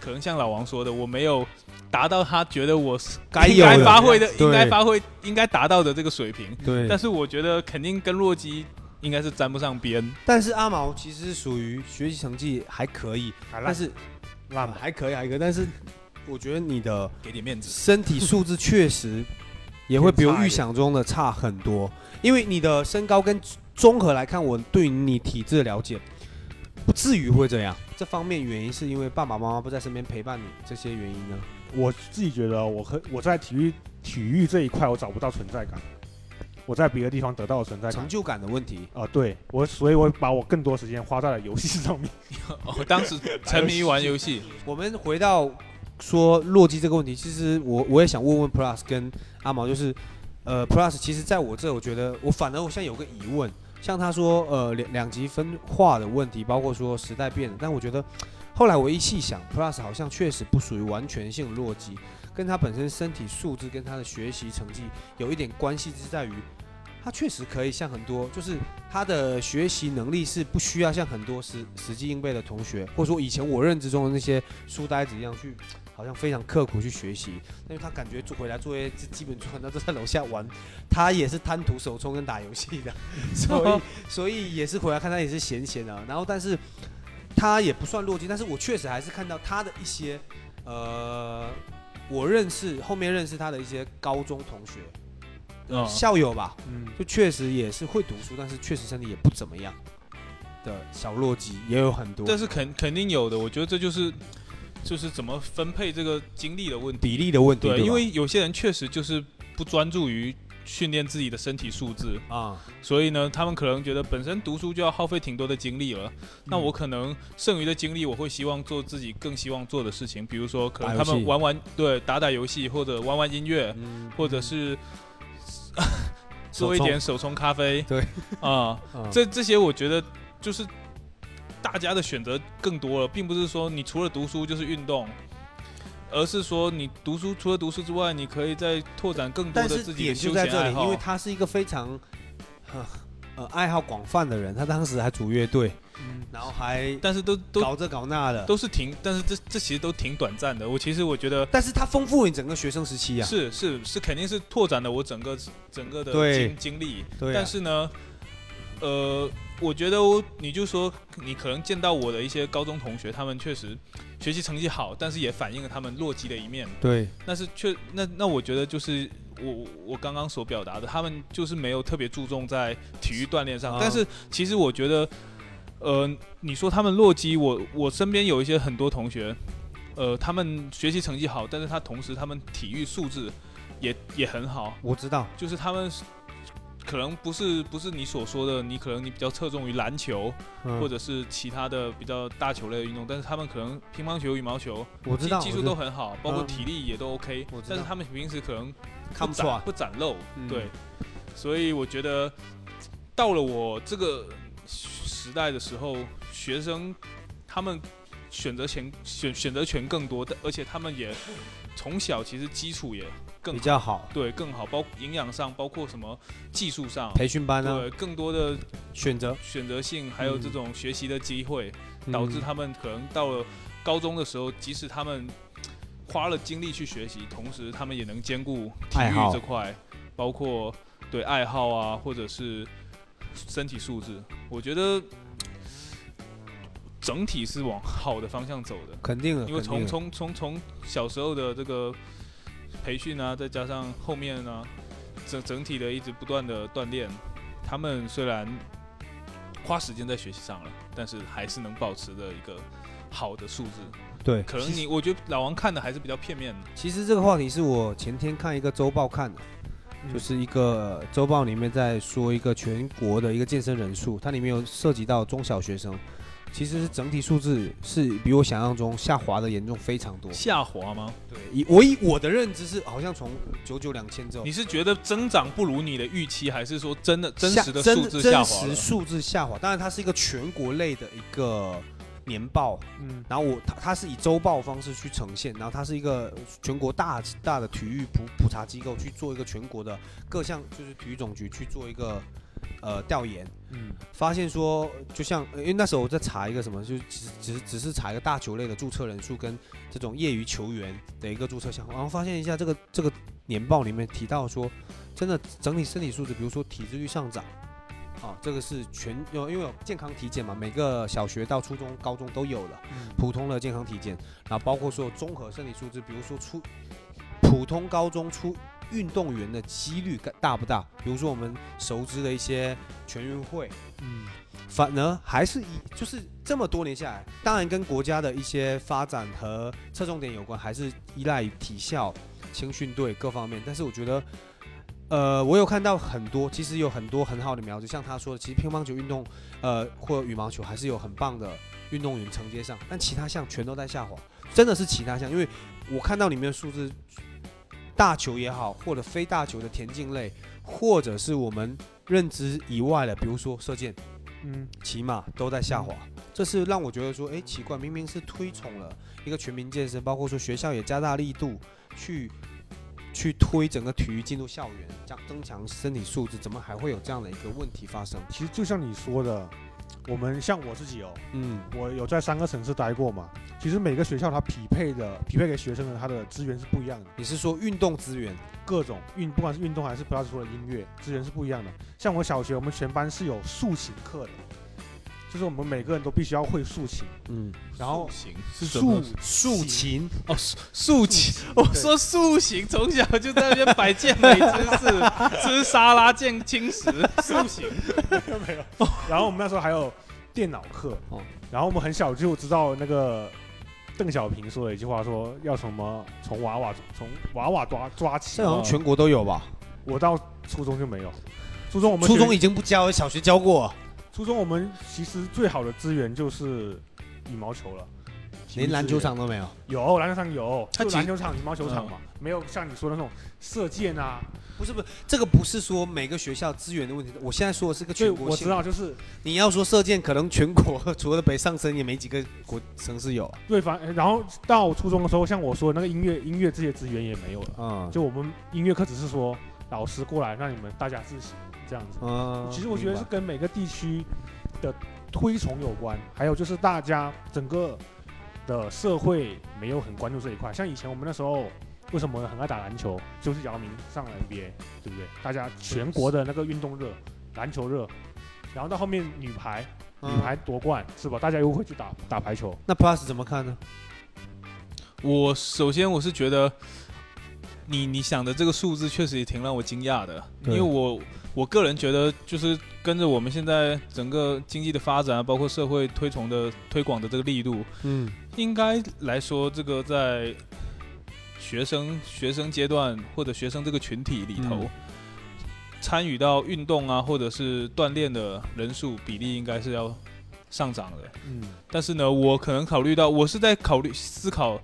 A: 可能像老王说的，我没有达到他觉得我是
B: 该
A: 应
B: 有
A: 该
B: 的
A: 发挥的、
B: 对
A: 应该发挥、应该达到的这个水平。
B: 对
A: 但是我觉得肯定跟洛基应该是沾不上边。
B: 但是阿毛其实是属于学习成绩还可以，
C: 还
B: 但
C: 烂
B: 是
C: 烂吧，
B: 还可以还可以，但是我觉得你的。
A: 给点面子，
B: 身体素质确实也会比我预想中的差很多，因为你的身高跟综合来看，我对你体质的了解不至于会这样。这方面原因是因为爸爸妈妈不在身边陪伴你，这些原因呢？
C: 我自己觉得我和我在体育体育这一块我找不到存在感，我在别的地方得到的存在感
B: 成。就感的问题。
C: 啊、对我，所以我把我更多时间花在了游戏上面。
A: 哦，当时沉迷玩游 戏，
B: 我们回到说洛基这个问题，其实我我也想问问 Plus 跟阿毛，就是呃，Plus 其实在我这，我觉得我反而我现在有个疑问，像他说呃两两极分化的问题，包括说时代变了，但我觉得后来我一细想，Plus 好像确实不属于完全性弱鸡，跟他本身身体素质跟他的学习成绩有一点关系，是在于他确实可以像很多，就是他的学习能力是不需要像很多实实际应备的同学，或者说以前我认知中的那些书呆子一样去，好像非常刻苦去学习。但是他感觉做回来作业基基本上他都在楼下玩，他也是贪图手冲跟打游戏的， 所 以所以也是回来看他也是闲闲啊。然后但是他也不算弱鸡，但是我确实还是看到他的一些呃，我认识后面认识他的一些高中同学。
A: 嗯
B: 校友吧，
C: 嗯，
B: 就确实也是会读书，但是确实身体也不怎么样的小弱鸡也有很多
A: 这是肯肯定有的，我觉得这就是就是怎么分配这个精力的问题。
B: 比例的问题。
A: 对，
B: 吧
A: 因为有些人确实就是不专注于训练自己的身体素质，
B: 啊，
A: 所以呢，他们可能觉得本身读书就要耗费挺多的精力了，
B: 嗯
A: 那我可能剩余的精力，我会希望做自己更希望做的事情，比如说可能他
B: 打游
A: 们
B: 戏
A: 玩玩对打打游戏，或者玩玩音乐，
B: 嗯
A: 或者是
B: 手
A: 做一
B: 冲
A: 点手冲咖啡，
B: 对
A: 啊、
B: 啊
A: 这这些我觉得就是大家的选择更多了，并不是说你除了读书就是运动。而是说，你读书除了读书之外，你可以再拓展更多
B: 但
A: 的
B: 是
A: 自己的
B: 点
A: 休
B: 就
A: 闲
B: 在这
A: 爱
B: 里，
A: 好。
B: 因为他是一个非常呃呃爱好广泛的人，他当时还组乐队，
C: 嗯
B: 然后还
A: 但是都都
B: 搞这搞那的，
A: 都是挺，但是这这其实都挺短暂的。我其实我觉得
B: 但是他丰富了你整个学生时期啊，
A: 是是是，肯定是拓展了我整个整个的
B: 对
A: 经经历。
B: 对啊
A: 但是呢，呃，我觉得我你就说你可能见到我的一些高中同学，他们确实学习成绩好，但是也反映了他们弱鸡的一面。
B: 对，
A: 但是确那那我觉得就是我我我刚刚所表达的，他们就是没有特别注重在体育锻炼上。
B: 啊
A: 但是其实我觉得，呃，你说他们弱鸡，我我身边有一些很多同学，呃，他们学习成绩好，但是他同时他们体育素质也也很好，
B: 我知道，
A: 就是他们是。可能不是不是你所说的，你可能你比较侧重于篮球、
B: 嗯
A: 或者是其他的比较大球类的运动，但是他们可能乒乓球、羽毛球，
B: 我知
A: 技
B: 道，
A: 技
B: 我
A: 术
B: 知
A: 都
B: 道
A: 很好，包括
B: 嗯
A: 体力也都 OK，、
B: 我知
A: 但是
B: 道
A: 他们平时可能
B: 看不
A: 不
B: 出来
A: 展，不展露，
B: 嗯
A: 对，所以我觉得到了我这个时代的时候，学生他们选择权选选择权更多，但而且他们也从小其实基础也更
B: 比
A: 好
B: 较好，
A: 对更好，包括营养上，包括什么技术上，
B: 培训班啊，
A: 对更多的
B: 选择
A: 选择性，还有这
B: 嗯
A: 种学习的机会，导致
B: 嗯
A: 他们可能到了高中的时候，即使他们花了精力去学习，同时他们也能兼顾体
B: 爱
A: 育
B: 好
A: 这块，包括对爱好啊，或者是身体素质。我觉得整体是往好的方向走的，
B: 肯定了，
A: 因为
B: 肯定
A: 从从
B: 了
A: 从从小时候的这个培训啊，再加上后面呢、整整体的一直不断的锻炼，他们虽然花时间在学习上了，但是还是能保持着一个好的素质。
B: 对，
A: 可能你我觉得老王看的还是比较片面的。
B: 其实这个话题是我前天看一个周报看的，
C: 嗯
B: 就是一个周报里面在说一个全国的一个健身人数，它里面有涉及到中小学生，其实整体数字是比我想象中下滑的严重非常多。
A: 下滑吗？
B: 对，以我以我的认知是，好像从九九两千之后
A: 你，是觉得增长不如你的预期，还是说真的真
B: 下
A: 实的
B: 真
A: 数字下
B: 真
A: 滑
B: 实
A: 了？
B: 数字下滑，当然它是一个全国类的一个年报，
C: 嗯
B: 然后我它它是以周报方式去呈现，然后它是一个全国大大的体育普普查机构去做一个全国的各项就是体育总局去做一个呃调研，
C: 嗯
B: 发现说就像呃因为那时候我在查一个什么，就只只只是查一个大球类的注册人数跟这种业余球员的一个注册项目，然后发现一下这个这个年报里面提到说，真的整体身体素质，比如说体脂率上涨。啊，这个是全有，因为有健康体检嘛，每个小学到初中、高中都有的。
C: 嗯
B: 普通的健康体检，然后包括所有综合生理素质，比如说出普通高中出运动员的几率该大不大？比如说我们熟知的一些全运会，
C: 嗯
B: 反而还是以就是这么多年下来，当然跟国家的一些发展和侧重点有关，还是依赖于体校、青训队各方面。但是我觉得，呃，我有看到很多，其实有很多很好的苗子，像他说的，其实乒乓球运动，呃，或羽毛球还是有很棒的运动员承接上，但其他项全都在下滑，真的是其他项，因为我看到里面的数字。大球也好，或者非大球的田径类，或者是我们认知以外的，比如说射箭、
C: 嗯，
B: 骑马，都在下滑。这是让我觉得说，哎，奇怪，明明是推崇了一个全民健身，包括说学校也加大力度去去推整个体育进入校园，加增强身体素质，怎么还会有这样的一个问题发生？
C: 其实就像你说的，我们像我自己哦，
B: 嗯，
C: 我有在三个城市待过嘛。其实每个学校它匹配的匹配给学生的它的资源是不一样的，
B: 你是说运动资源？
C: 各种运不管是运动还是不要说的音乐资源是不一样的。像我小学我们全班是有竖琴课的，就是我们每个人都必须要会竖 琴，
B: 嗯，
C: 然后
A: 行是怎
C: 竖
A: 么
B: 竖琴，
A: 哦塑塑形，我
C: 对
A: 说塑形，从小就在那边摆健美姿势，吃沙拉健轻食，塑形。
C: 没有。 然后我们那时候还有电脑课
B: 哦，
C: 然后我们很小就知道那个邓小平说了一句话，说要什么从娃娃从娃娃抓抓起
B: 这。好像全国都有吧？
C: 我到初中就没有，初哦中我们
B: 初中
C: 学
B: 已经不教，小学教过，
C: 初中我们其实最好的资源就是羽毛球了。体育
B: 连篮
C: 资
B: 球
C: 源
B: 场都没有。
C: 有，篮球场有，
A: 它
C: 就
A: 其
C: 篮
A: 实
C: 球场、羽毛球场
B: 嗯
C: 嘛，没有像你说的那种射箭啊。
B: 不是不是，这个不是说每个学校资源的问题，我现在说的是个
C: 所以
B: 全国
C: 我
B: 性
C: 知。道，就是
B: 你要说射箭，可能全国除了北上深也没几个国城市有。
C: 对方，然后到初中的时候，像我说的那个音乐音乐这些资源也没有了。
B: 嗯，
C: 就我们音乐课只是说老师过来让你们大家自习这样子。
B: 嗯，
C: 其实我觉得是
B: 明白
C: 跟每个地区的推崇有关，还有就是大家整个的社会没有很关注这一块。像以前我们那时候为什么很爱打篮球，就是姚明上了 NBA，对不对？大家全国的那个运动热，篮球热。然后到后面女排，女排
B: 嗯
C: 夺冠是吧？大家又会去打打排球，
B: 那 Plus 怎么看呢？
A: 我首先我是觉得你，你想的这个数字确实也挺让我惊讶的，因
B: 对
A: 为我我个人觉得，就是跟着我们现在整个经济的发展啊，包括社会推崇的推广的这个力度，
B: 嗯，
A: 应该来说，这个在学生学生阶段或者学生这个群体里头，
B: 嗯
A: 参与到运动啊或者是锻炼的人数比例应该是要上涨的。
C: 嗯，
A: 但是呢，我可能考虑到，我是在考虑思考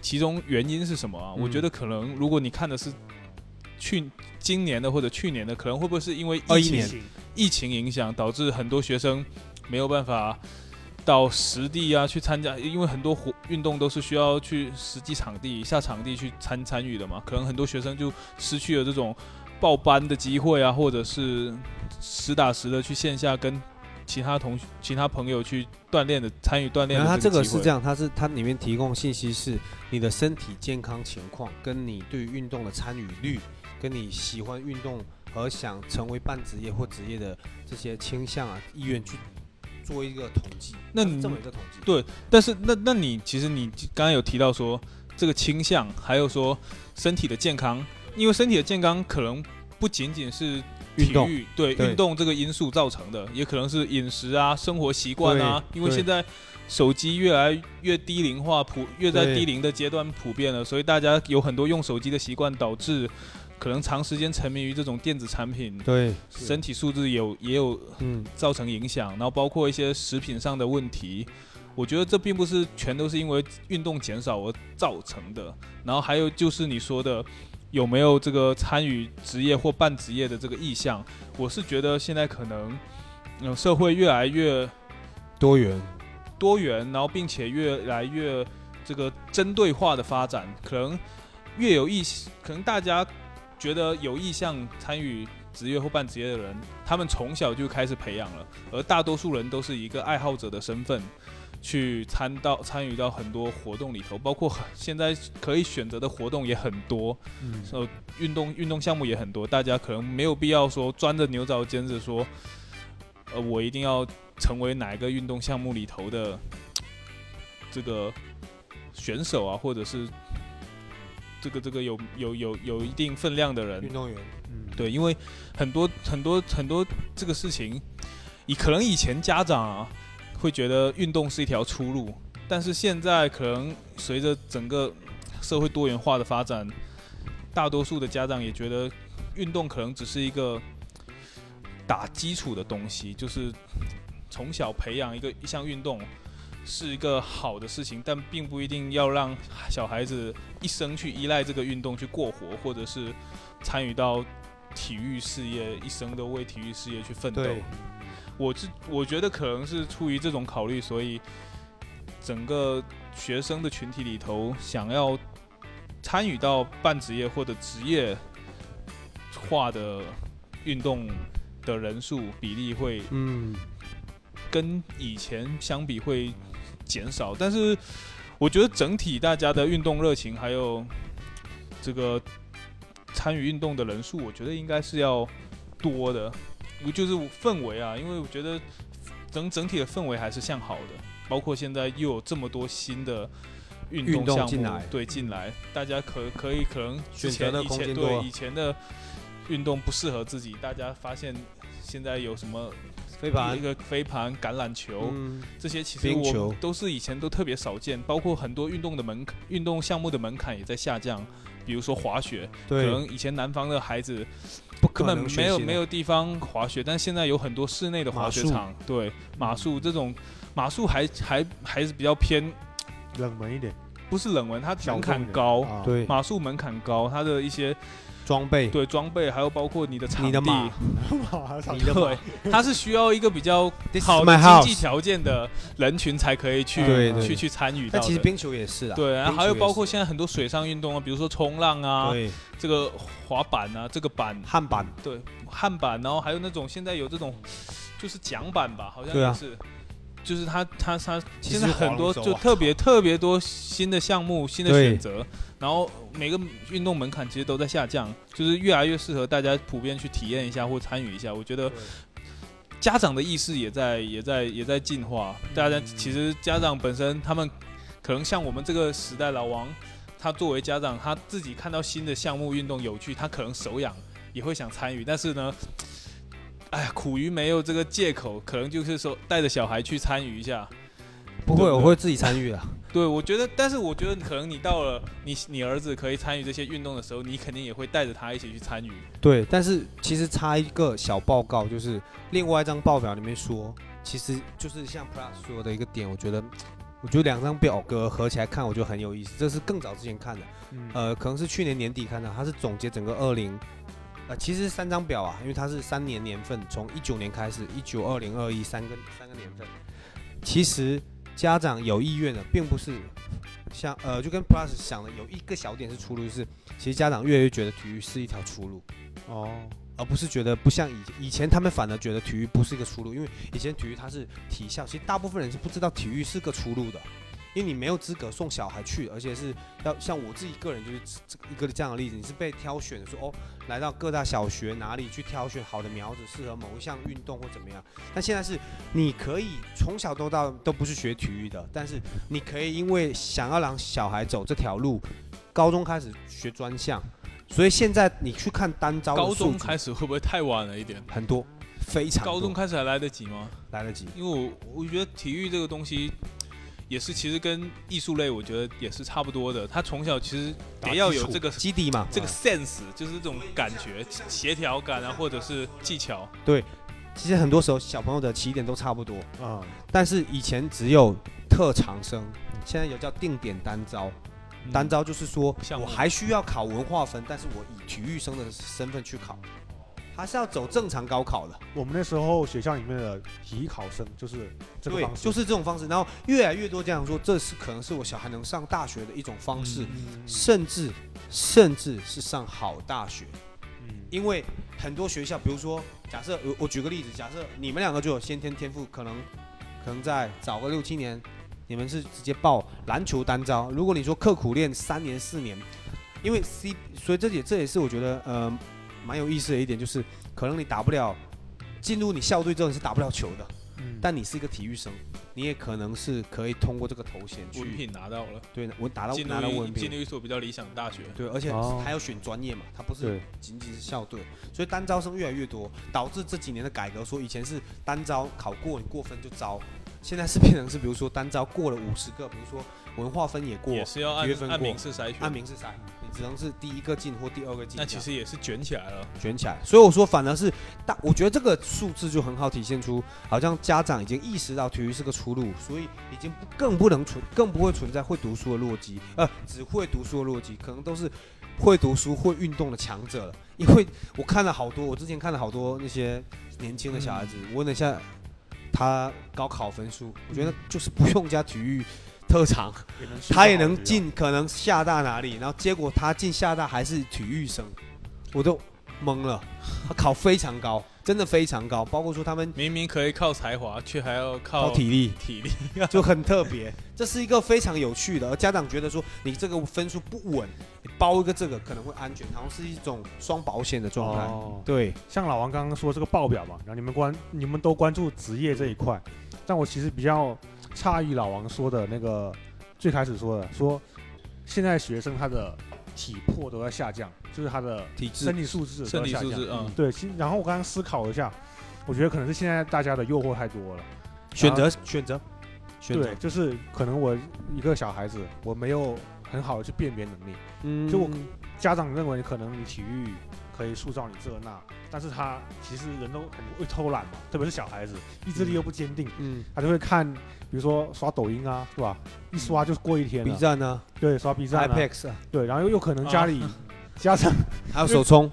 A: 其中原因是什么啊？
B: 嗯
A: 我觉得可能如果你看的是去今年的或者去年的，可能会不会是因为疫
B: 21
A: 情
B: 年
A: 疫情影响，导致很多学生没有办法到实地啊去参加，因为很多活运动都是需要去实际场地下场地去参参与的嘛，可能很多学生就失去了这种报班的机会啊，或者是实打实的去线下跟其他同学其他朋友去锻炼的参与锻炼
B: 然
A: 的
B: 后它这
A: 个
B: 个
A: 机会
B: 是这样，它是它里面提供信息是你的身体健康情况，跟你对运动的参与率，跟你喜欢运动和想成为半职业或职业的这些倾向啊意愿去做一个统计。
A: 那
B: 它是
A: 你
B: 这么一个统计，
A: 对但是那那你其实你刚刚有提到说这个倾向，还有说身体的健康，因为身体的健康可能不仅仅是体
B: 运动
A: 育对
B: 对
A: 运动这个因素造成的，也可能是饮食啊、生活习惯啊，
B: 对
A: 因为
B: 对
A: 现在。手机越来越低龄化，普越在
B: 对
A: 低龄的阶段普遍了，所以大家有很多用手机的习惯，导致可能长时间沉迷于这种电子产品，
B: 对，
C: 是
A: 身体素质有也有
B: 嗯，
A: 造成影响，然后包括一些食品上的问题。我觉得这并不是全都是因为运动减少而造成的，然后还有就是你说的有没有这个参与职业或半职业的这个意向，我是觉得现在可能，嗯、社会越来越
B: 多元。
A: 多元，然后并且越来越这个针对化的发展，可能越有意，可能大家觉得有意向参与职业或半职业的人，他们从小就开始培养了，而大多数人都是以一个爱好者的身份。去参到参与到很多活动里头，包括很现在可以选择的活动也很多，
C: 嗯，
A: 呃，运动运动项目也很多，大家可能没有必要说钻着牛角尖子说，呃，我一定要成为哪一个运动项目里头的这个选手啊，或者是这个这个有有有有一定分量的人
B: 运，动员，
C: 嗯，
A: 对，因为很多很多很多这个事情，以可能以前家长啊会觉得运动是一条出路，但是现在可能随着整个社会多元化的发展，大多数的家长也觉得运动可能只是一个打基础的东西，就是从小培养一个一项运动。是一个好的事情，但并不一定要让小孩子一生去依赖这个运动去过活，或者是参与到体育事业，一生都为体育事业去奋斗。
B: 对，
A: 我是我觉得可能是出于这种考虑，所以整个学生的群体里头，想要参与到半职业或者职业化的运动的人数比例会
B: 嗯，
A: 跟以前相比会减少，但是我觉得整体大家的运动热情还有这个参与运动的人数，我觉得应该是要多的，就是氛围啊，因为我觉得整整体的氛围还是向好的，包括现在又有这么多新的。运
B: 运动
A: 项目
B: 进来
A: 对进来，大家可可以可能之
B: 选
A: 前
B: 择的
A: 以
B: 空
A: 前
B: 间
A: 对
B: 多
A: 以前的运动不适合自己，大家发现现在有什么
B: 飞盘
A: 一，个飞盘、橄榄球、
B: 嗯，
A: 这些，其实
B: 冰
A: 我
B: 球
A: 们都是以前都特别少见，包括很多运动的门槛、运动项目的门槛也在下降。比如说滑雪，可
B: 对，
A: 能以前南方的孩子
B: 不
A: 根本没有没
B: 有，
A: 有地方滑雪，但现在有很多室内的滑雪场，
B: 嗯
A: 对马术这种马术还还还是比较偏，
C: 冷门一点
A: 不是冷门，它
C: 小
A: 门
C: 众一
A: 槛
C: 点
A: 高。
C: 啊，
B: 对，
A: 马术门槛高，它的一些
B: 装备，
A: 对装备，还有包括你的场
B: 你的
A: 地
B: 马，
C: 马上
B: 你的马
A: 对，它是需要一个比较
B: This is
A: 好
B: my
A: 的经
B: house
A: 济条件的人群才可以去
B: 对对
A: 去去参与到
B: 但
A: 的。
B: 其实冰球也是啦，
A: 对，然后
B: 冰
A: 还
B: 球
A: 有
B: 也
A: 包
B: 是
A: 括现在很多水上运动啊，比如说冲浪啊，
B: 对，
A: 这个滑板啊，这个板
B: 汉板，
A: 对旱板，然后还有那种现在有这种就是桨板吧，好像
B: 对啊
A: 也是。就是它它它
B: 其
A: 现
B: 实
A: 在很多
B: 划龙舟啊
A: 就特别特别多新的项目、新的
B: 对
A: 选择，然后每个运动门槛其实都在下降，就是越来越适合大家普遍去体验一下或参与一下。我觉得
C: 对
A: 家长的意识也在也在也在进化，大家其实家长本身他们可能像我们这个时代老王，他作为家长，他自己看到新的项目运动有趣，他可能手痒也会想参与，但是呢，哎呀，苦于没有这个借口，可能就是说带着小孩去参与一下。
B: 不
A: 对
B: 会，
A: 不
B: 我
A: 对
B: 会自己参与啊的，
A: 对，我觉得，但是我觉得可能你到了你你儿子可以参与这些运动的时候，你肯定也会带着他一起去参与。
B: 对，但是其实插一个小报告，就是另外一张报表里面说，其实就是像 Plus 说的一个点，我觉得，我觉得两张表格合起来看，我觉得很有意思。这是更早之前看的，
C: 嗯
B: 呃，可能是去年年底看的，它是总结整个二零，呃，其实三张表啊，因为它是三年年份，从一九年开始，一九、二零、二一三个三个年份，其实家长有意愿的，并不是像呃，就跟 Plus 想的有一个小点是出路，就是其实家长越来越觉得体育是一条出路。
C: 哦，
B: 而不是觉得不像以以前他们反而觉得体育不是一个出路，因为以前体育它是体校，其实大部分人是不知道体育是个出路的，因为你没有资格送小孩去，而且是要像我自己个人就是这一个这样的例子，你是被挑选的，说哦，来到各大小学哪里去挑选好的苗子，适合某一项运动或怎么样。但现在是你可以从小到大都不是学体育的，但是你可以因为想要让小孩走这条路，高中开始学专项。所以现在你去看单招的
A: 高
B: 数
A: 中
B: 据
A: 开始会不会太晚了一点？
B: 很多，非常多
A: 高中开始还来得及吗？
B: 来得及。
A: 因为我我觉得体育这个东西也是，其实跟艺术类我觉得也是差不多的。他从小其实得要有这个
B: 基嗯底嘛，
A: 嗯这个 sense，就是这种感觉、协调感啊，或者是技巧。
B: 其实很多时候小朋友的起点都差不多，
C: 啊，
B: 但是以前只有特长生，现在有叫定点单招。
A: 嗯
B: 单招就是说，
A: 项目
B: 我还需要考文化分，但是我以体育生的身份去考，他是要走正常高考的。
C: 我们那时候学校里面的体育考生就是这个
B: 对
C: 方，式，
B: 就是这种方式。然后越来越多家长说，这是可能是我小孩能上大学的一种方式，
C: 嗯
B: 甚至甚至是上好大学。
C: 嗯
B: 因为很多学校，比如说，假设我我举个例子，假设你们两个就有先天天赋，可能可能在早个六七年，你们是直接报篮球单招。如果你说刻苦练三年四年，因为 C，所以这也这也是我觉得呃蛮有意思的一点，就是可能你打不了，进入你校队之后你是打不了球的，
C: 嗯
B: 但你是一个体育生，你也可能是可以通过这个头衔
A: 文
B: 去
A: 凭拿到了，
B: 对我打到
A: 进入
B: 拿到
A: 一
B: 文凭
A: 进入。一所比较理想的大学。
B: 对，而且
C: 哦
B: 还要选专业嘛，他不是
C: 对
B: 仅仅是校队，所以单招生越来越多，导致这几年的改革，说以前是单招考过你过分就招，现在是变成是比如说单招过了五十个，比如说文化分也过，
A: 也是要
B: 体育
A: 按
B: 分
A: 按
B: 过
A: 名次筛选，
B: 按名次筛，你只能是第一个进或第二个进这样。
A: 那其实也是卷起来了。
B: 卷起来。所以我说，反而是大，我觉得这个数字就很好体现出，好像家长已经意识到体育是个出路，所以已经不更不能存，更不会存在会读书的弱鸡，呃，只会读书的弱鸡，可能都是会读书、会运动的强者了。因为我看了好多，我之前看了好多那些年轻的小孩子， 我问了一下他高考分数，我觉得就是不用加体育特长，
C: 也能
B: 他也能，进，可能厦大哪里，然后结果他进厦大还是体育生，我都懵了。他考非常高，真的非常高，包括说他们
A: 明明可以靠才华，却还要
B: 靠
A: 靠
B: 体力
A: 体力。
B: 就很特别，这是一个非常有趣的。而家长觉得说你这个分数不稳，你包一个这个可能会安全，好像是一种双保险的状态。
C: 哦
B: 对，
C: 像老王刚刚说这个报表嘛，然后你们关你们都关注职业这一块，但我其实比较诧异老王说的那个最开始说的，说现在学生他的体魄都在下降，就是他的
B: 体
C: 身
B: 质
C: 体素质
A: 身
C: 都在
A: 体
C: 下
A: 素
C: 降。
A: 质
B: 嗯
A: 啊，
C: 对，其然后我刚刚思考了一下，我觉得可能是现在大家的诱惑太多了。
B: 选择选择选择
C: 对，，就是可能我一个小孩子，我没有很好的去辨别能力。
B: 嗯
C: 就我家长认为可能你体育可以塑造你这那，但是他其实人都很会偷懒嘛，特别是小孩子，意志力又不坚定，
B: 嗯
C: 他就会看，比如说刷抖音啊，是吧？
A: 嗯
C: 一刷就过一天
B: B
C: 了。
B: 站啊
C: 对，刷 B 站、啊，
B: ，IPX 啊，
C: 对，然后又有可能 家里、家长
B: 还有手冲，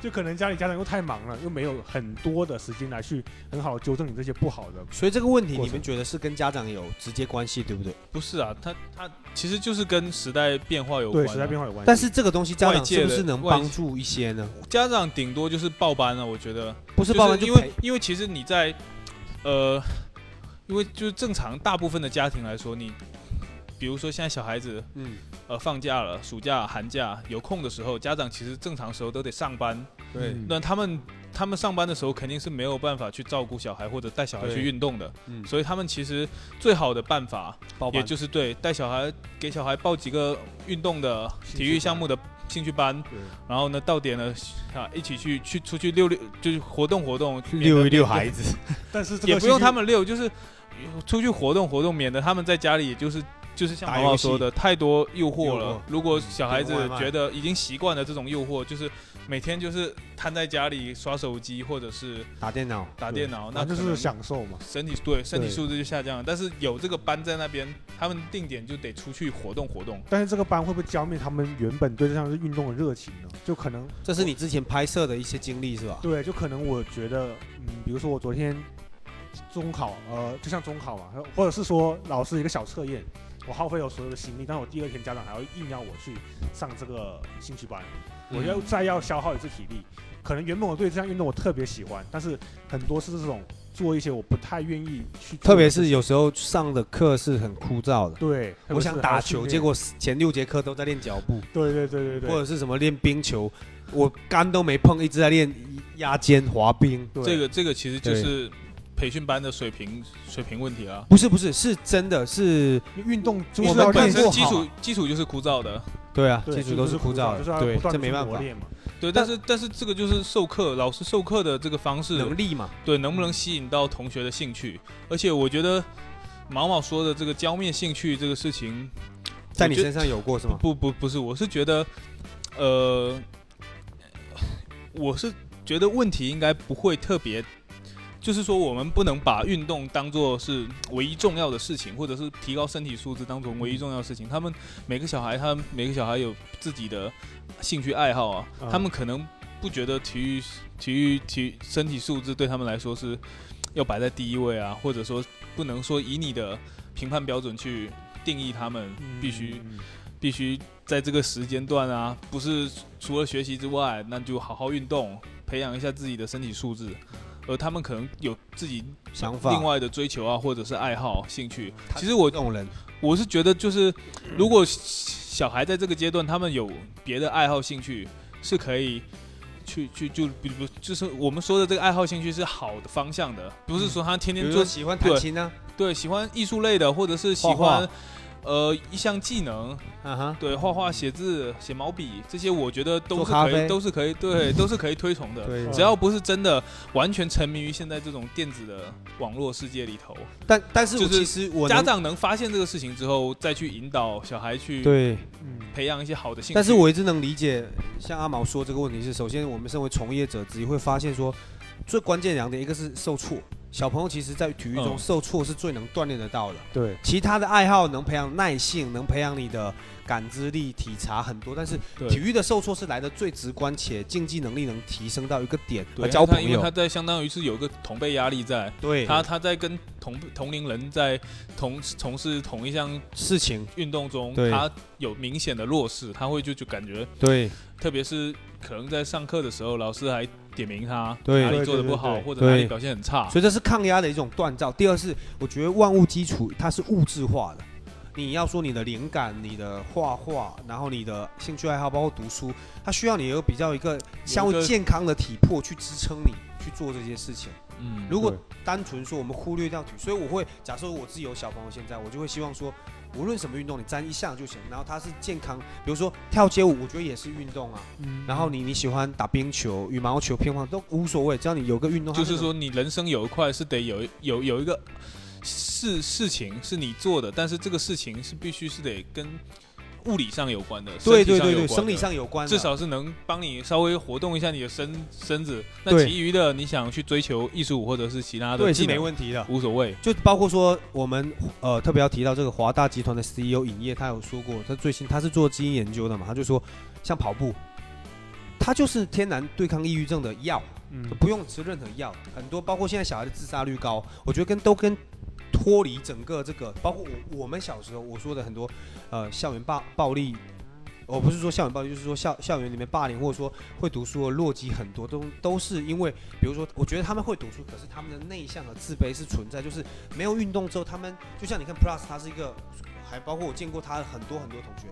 C: 就可能家里家长又太忙了，又没有很多的时间来去很好地纠正你这些不好的。
B: 所以这个问题
C: 过
B: 你
C: 程
B: 们觉得是跟家长有直接关系，对不对？
A: 不是啊，他他其实就是跟时代变化有关、
C: 对，
A: 啊。
C: 时代变化有关系。
B: 但是这个东西家
A: 外
B: 长
A: 界
B: 是
A: 的
B: 不是能
A: 外界
B: 帮助一些呢？
A: 家长顶多就是报班啊了、我觉得
B: 不是包含
A: 就
B: 就
A: 因
B: 是赔
A: 为因为其实你在呃，因为就是正常大部分的家庭来说，你比如说现在小孩子
B: 嗯，
A: 呃放假了，暑假、寒假有空的时候，家长其实正常时候都得上班，
B: 对，
C: 嗯
A: 那他们。他们上班的时候肯定是没有办法去照顾小孩或者带小孩去
B: 对
A: 运动的，
B: 嗯，
A: 所以他们其实最好的办法
B: 包
A: 也
B: 办
A: 就是对带小孩给小孩报几个运动的
C: 兴趣
A: 体育
C: 班
A: 项目的兴趣班，
C: 对
A: 然后呢到点了啊一起去去出去溜溜，就是活动活动，免得
B: 子，
C: 但是这个
A: 也不用
C: 信息
A: 他们溜，就是出去活动活动，免得他们在家里也就是。就是像
B: 打
A: 毛毛
B: 游戏
A: 说的，太多诱惑
B: 诱惑
A: 了。如果小孩子
B: 点个外卖
A: 觉得已经习惯了这种诱惑，就是每天就是瘫在家里刷手机或者是
B: 打电脑，
A: 打电脑，那
C: 那就
A: 可能
C: 是享受嘛。
A: 身体对身体
C: 对
A: 素质就下降了。但是有这个班在那边，他们定点就得出去活动活动。
C: 但是这个班会不会浇灭他们原本对这项运动的热情呢？就 可能
B: 这是你之前拍摄的一些经历是吧？
C: 对，就可能我觉得，嗯，比如说我昨天中考，呃，就像中考嘛，或者是说老师一个小测验，我耗费了所有的心力，但我第二天家长还要硬要我去上这个兴趣班，我要再要消耗一次体力。可能原本我对这项运动我特别喜欢，但是很多是这种做一些我不太愿意去做的事情，
B: 特别是有时候上的课是很枯燥的，
C: 对，特别
B: 我
C: 是
B: 想
C: 还
B: 打
C: 要训
B: 球，
C: 练
B: 结果前六节课都在练脚步，
C: 对对对对对，
B: 或者是什么练冰球，我杆都没碰，一直在练压肩滑冰。
C: 对
A: 这个这个其实就
B: 对
A: 是培训班的水平水平问题啊。
B: 不是不是，是真的是，
C: 运动就
B: 我
C: 是
B: 们
C: 要
A: 本
C: 练
A: 身
C: 过
A: 基
C: 好啊
A: 础基础就是枯燥的，
B: 对啊，
C: 对
B: 基础都
C: 就是
B: 枯
C: 燥
B: 燥
C: 就是
B: 的，
C: 要
B: 对
C: 不，断
B: 这
C: 地
B: 没
C: 去
B: 办
C: 磨
B: 法，
C: 练嘛。
A: 对，但是但是这个就是授课，老师授课的这个方式，
B: 能力嘛，
A: 对能不能吸引到同学的兴趣？而且我觉得毛毛说的这个浇灭兴趣这个事情，
B: 在你
A: 我觉得
B: 身上有过是吗？
A: 不不不是，我是觉得，呃，我是觉得问题应该不会特别，就是说我们不能把运动当做是唯一重要的事情，或者是提高身体素质当成唯一重要的事情。他们每个小孩，他们每个小孩有自己的兴趣爱好啊，
C: 嗯
A: 他们可能不觉得体育、体育、体身体素质对他们来说是要摆在第一位啊，或者说不能说以你的评判标准去定义他们，必须。
C: 嗯
A: 必须在这个时间段啊，不是除了学习之外，那就好好运动，培养一下自己的身体素质。而他们可能有自己
B: 想法，
A: 另外的追求啊，或者是爱好、兴趣。
B: 他
A: 其实我
B: 这种人，
A: 我是觉得，就是如果小孩在这个阶段，他们有别的爱好、兴趣，是可以去去就比如就是我们说的这个爱好、兴趣是好的方向的，不是说他天
B: 比
A: 天
B: 如
A: 做
B: 说喜欢弹琴啊，
A: 对，喜欢艺术类的，或者是喜
B: 画画
A: 欢呃一项技能，
B: 啊哈，
A: 对，画画、写字、写毛笔这些，我觉得都
B: 做
A: 是
B: 咖
A: 可以，
B: 啡
A: 都是可以，对，都是可以推崇的。
B: 对
C: 嗯。
A: 只要不是真的完全沉迷于现在这种电子的网络世界里头，
B: 但但是我
A: 就是
B: 其实我
A: 家
B: 能
A: 长能发现这个事情之后，再去引导小孩去
B: 对，
C: 嗯，
A: 培养一些好的兴趣。
B: 但是我一直能理解，像阿毛说这个问题是，首先我们身为从业者，自己会发现说，最关键两点，一个是受挫，小朋友其实在体育中
A: 嗯
B: 受挫是最能锻炼得到的。
C: 对，
B: 其他的爱好能培养耐性，能培养你的感知力、体察很多，但是
A: 对
B: 体育的受挫是来的最直观，且竞技能力能提升到一个点，
A: 对
B: 而交
A: 他
B: 朋
A: 因为他
B: 友。
A: 在相当于是有一个同辈压力在，
B: 对，
A: 他他在跟同同龄人在同从事同一项
B: 事情
A: 运动中，
B: 对
A: 他有明显的弱势，他会就就感觉，
B: 对
A: 特别是可能在上课的时候，老师还点名他
B: 对
A: 哪里
C: 对
A: 做的
C: 对
A: 不
C: 对
A: 好，
C: 对
A: 或者哪里
B: 对
A: 表现很差。
B: 所以这是抗压的一种锻造。第二是，我觉得万物基础它是物质化的。你要说你的灵感、你的画画，然后你的兴趣爱好，包括读书，它需要你有比较一个相
A: 有一
B: 对
A: 个
B: 健康的体魄去支撑你去做这些事情。
A: 嗯，
B: 如果
C: 对
B: 单纯说我们忽略掉体育，所以我会假设我自己有小朋友，现在我就会希望说，无论什么运动，你沾一项就行。然后它是健康，比如说跳街舞，我觉得也是运动啊。
C: 嗯
B: 然后你你喜欢打冰球、羽毛球、乒乓都无所谓，只要你有个运动，它
A: 就是
B: 那种
A: 说你人生有一块是得有有有一个事事情是你做的，但是这个事情是必须是得跟物理上有关的，身
B: 对
A: 体
B: 对
A: 上
B: 对
A: 有
B: 对，
A: 关
B: 生理
A: 的。
B: 上有关的，
A: 至少是能帮你稍微活动一下你的身身子，那
B: 对
A: 其余的你想去追求艺术或者是其他的
B: 对
A: 技
B: 是没
A: 能，
B: 问题的。
A: 无所谓。
B: 就包括说我们呃特别要提到这个华大集团的 CEO 尹烨，他有说过，他最新他是做基因研究的嘛，他就说像跑步，它就是天然对抗抑郁症的药。
C: 嗯
B: 不用吃任何药，很多包括现在小孩的自杀率高，我觉得跟都跟脱离整个这个，包括我我们小时候我说的很多，呃，校园暴暴力，我不是说校园暴力，就是说校校园里面霸凌，或者说会读书的落籍很多都都是因为，比如说，我觉得他们会读书，可是他们的内向和自卑是存在，就是没有运动之后，他们就像你看 Plus，他是一个，还包括我见过他很多很多同学。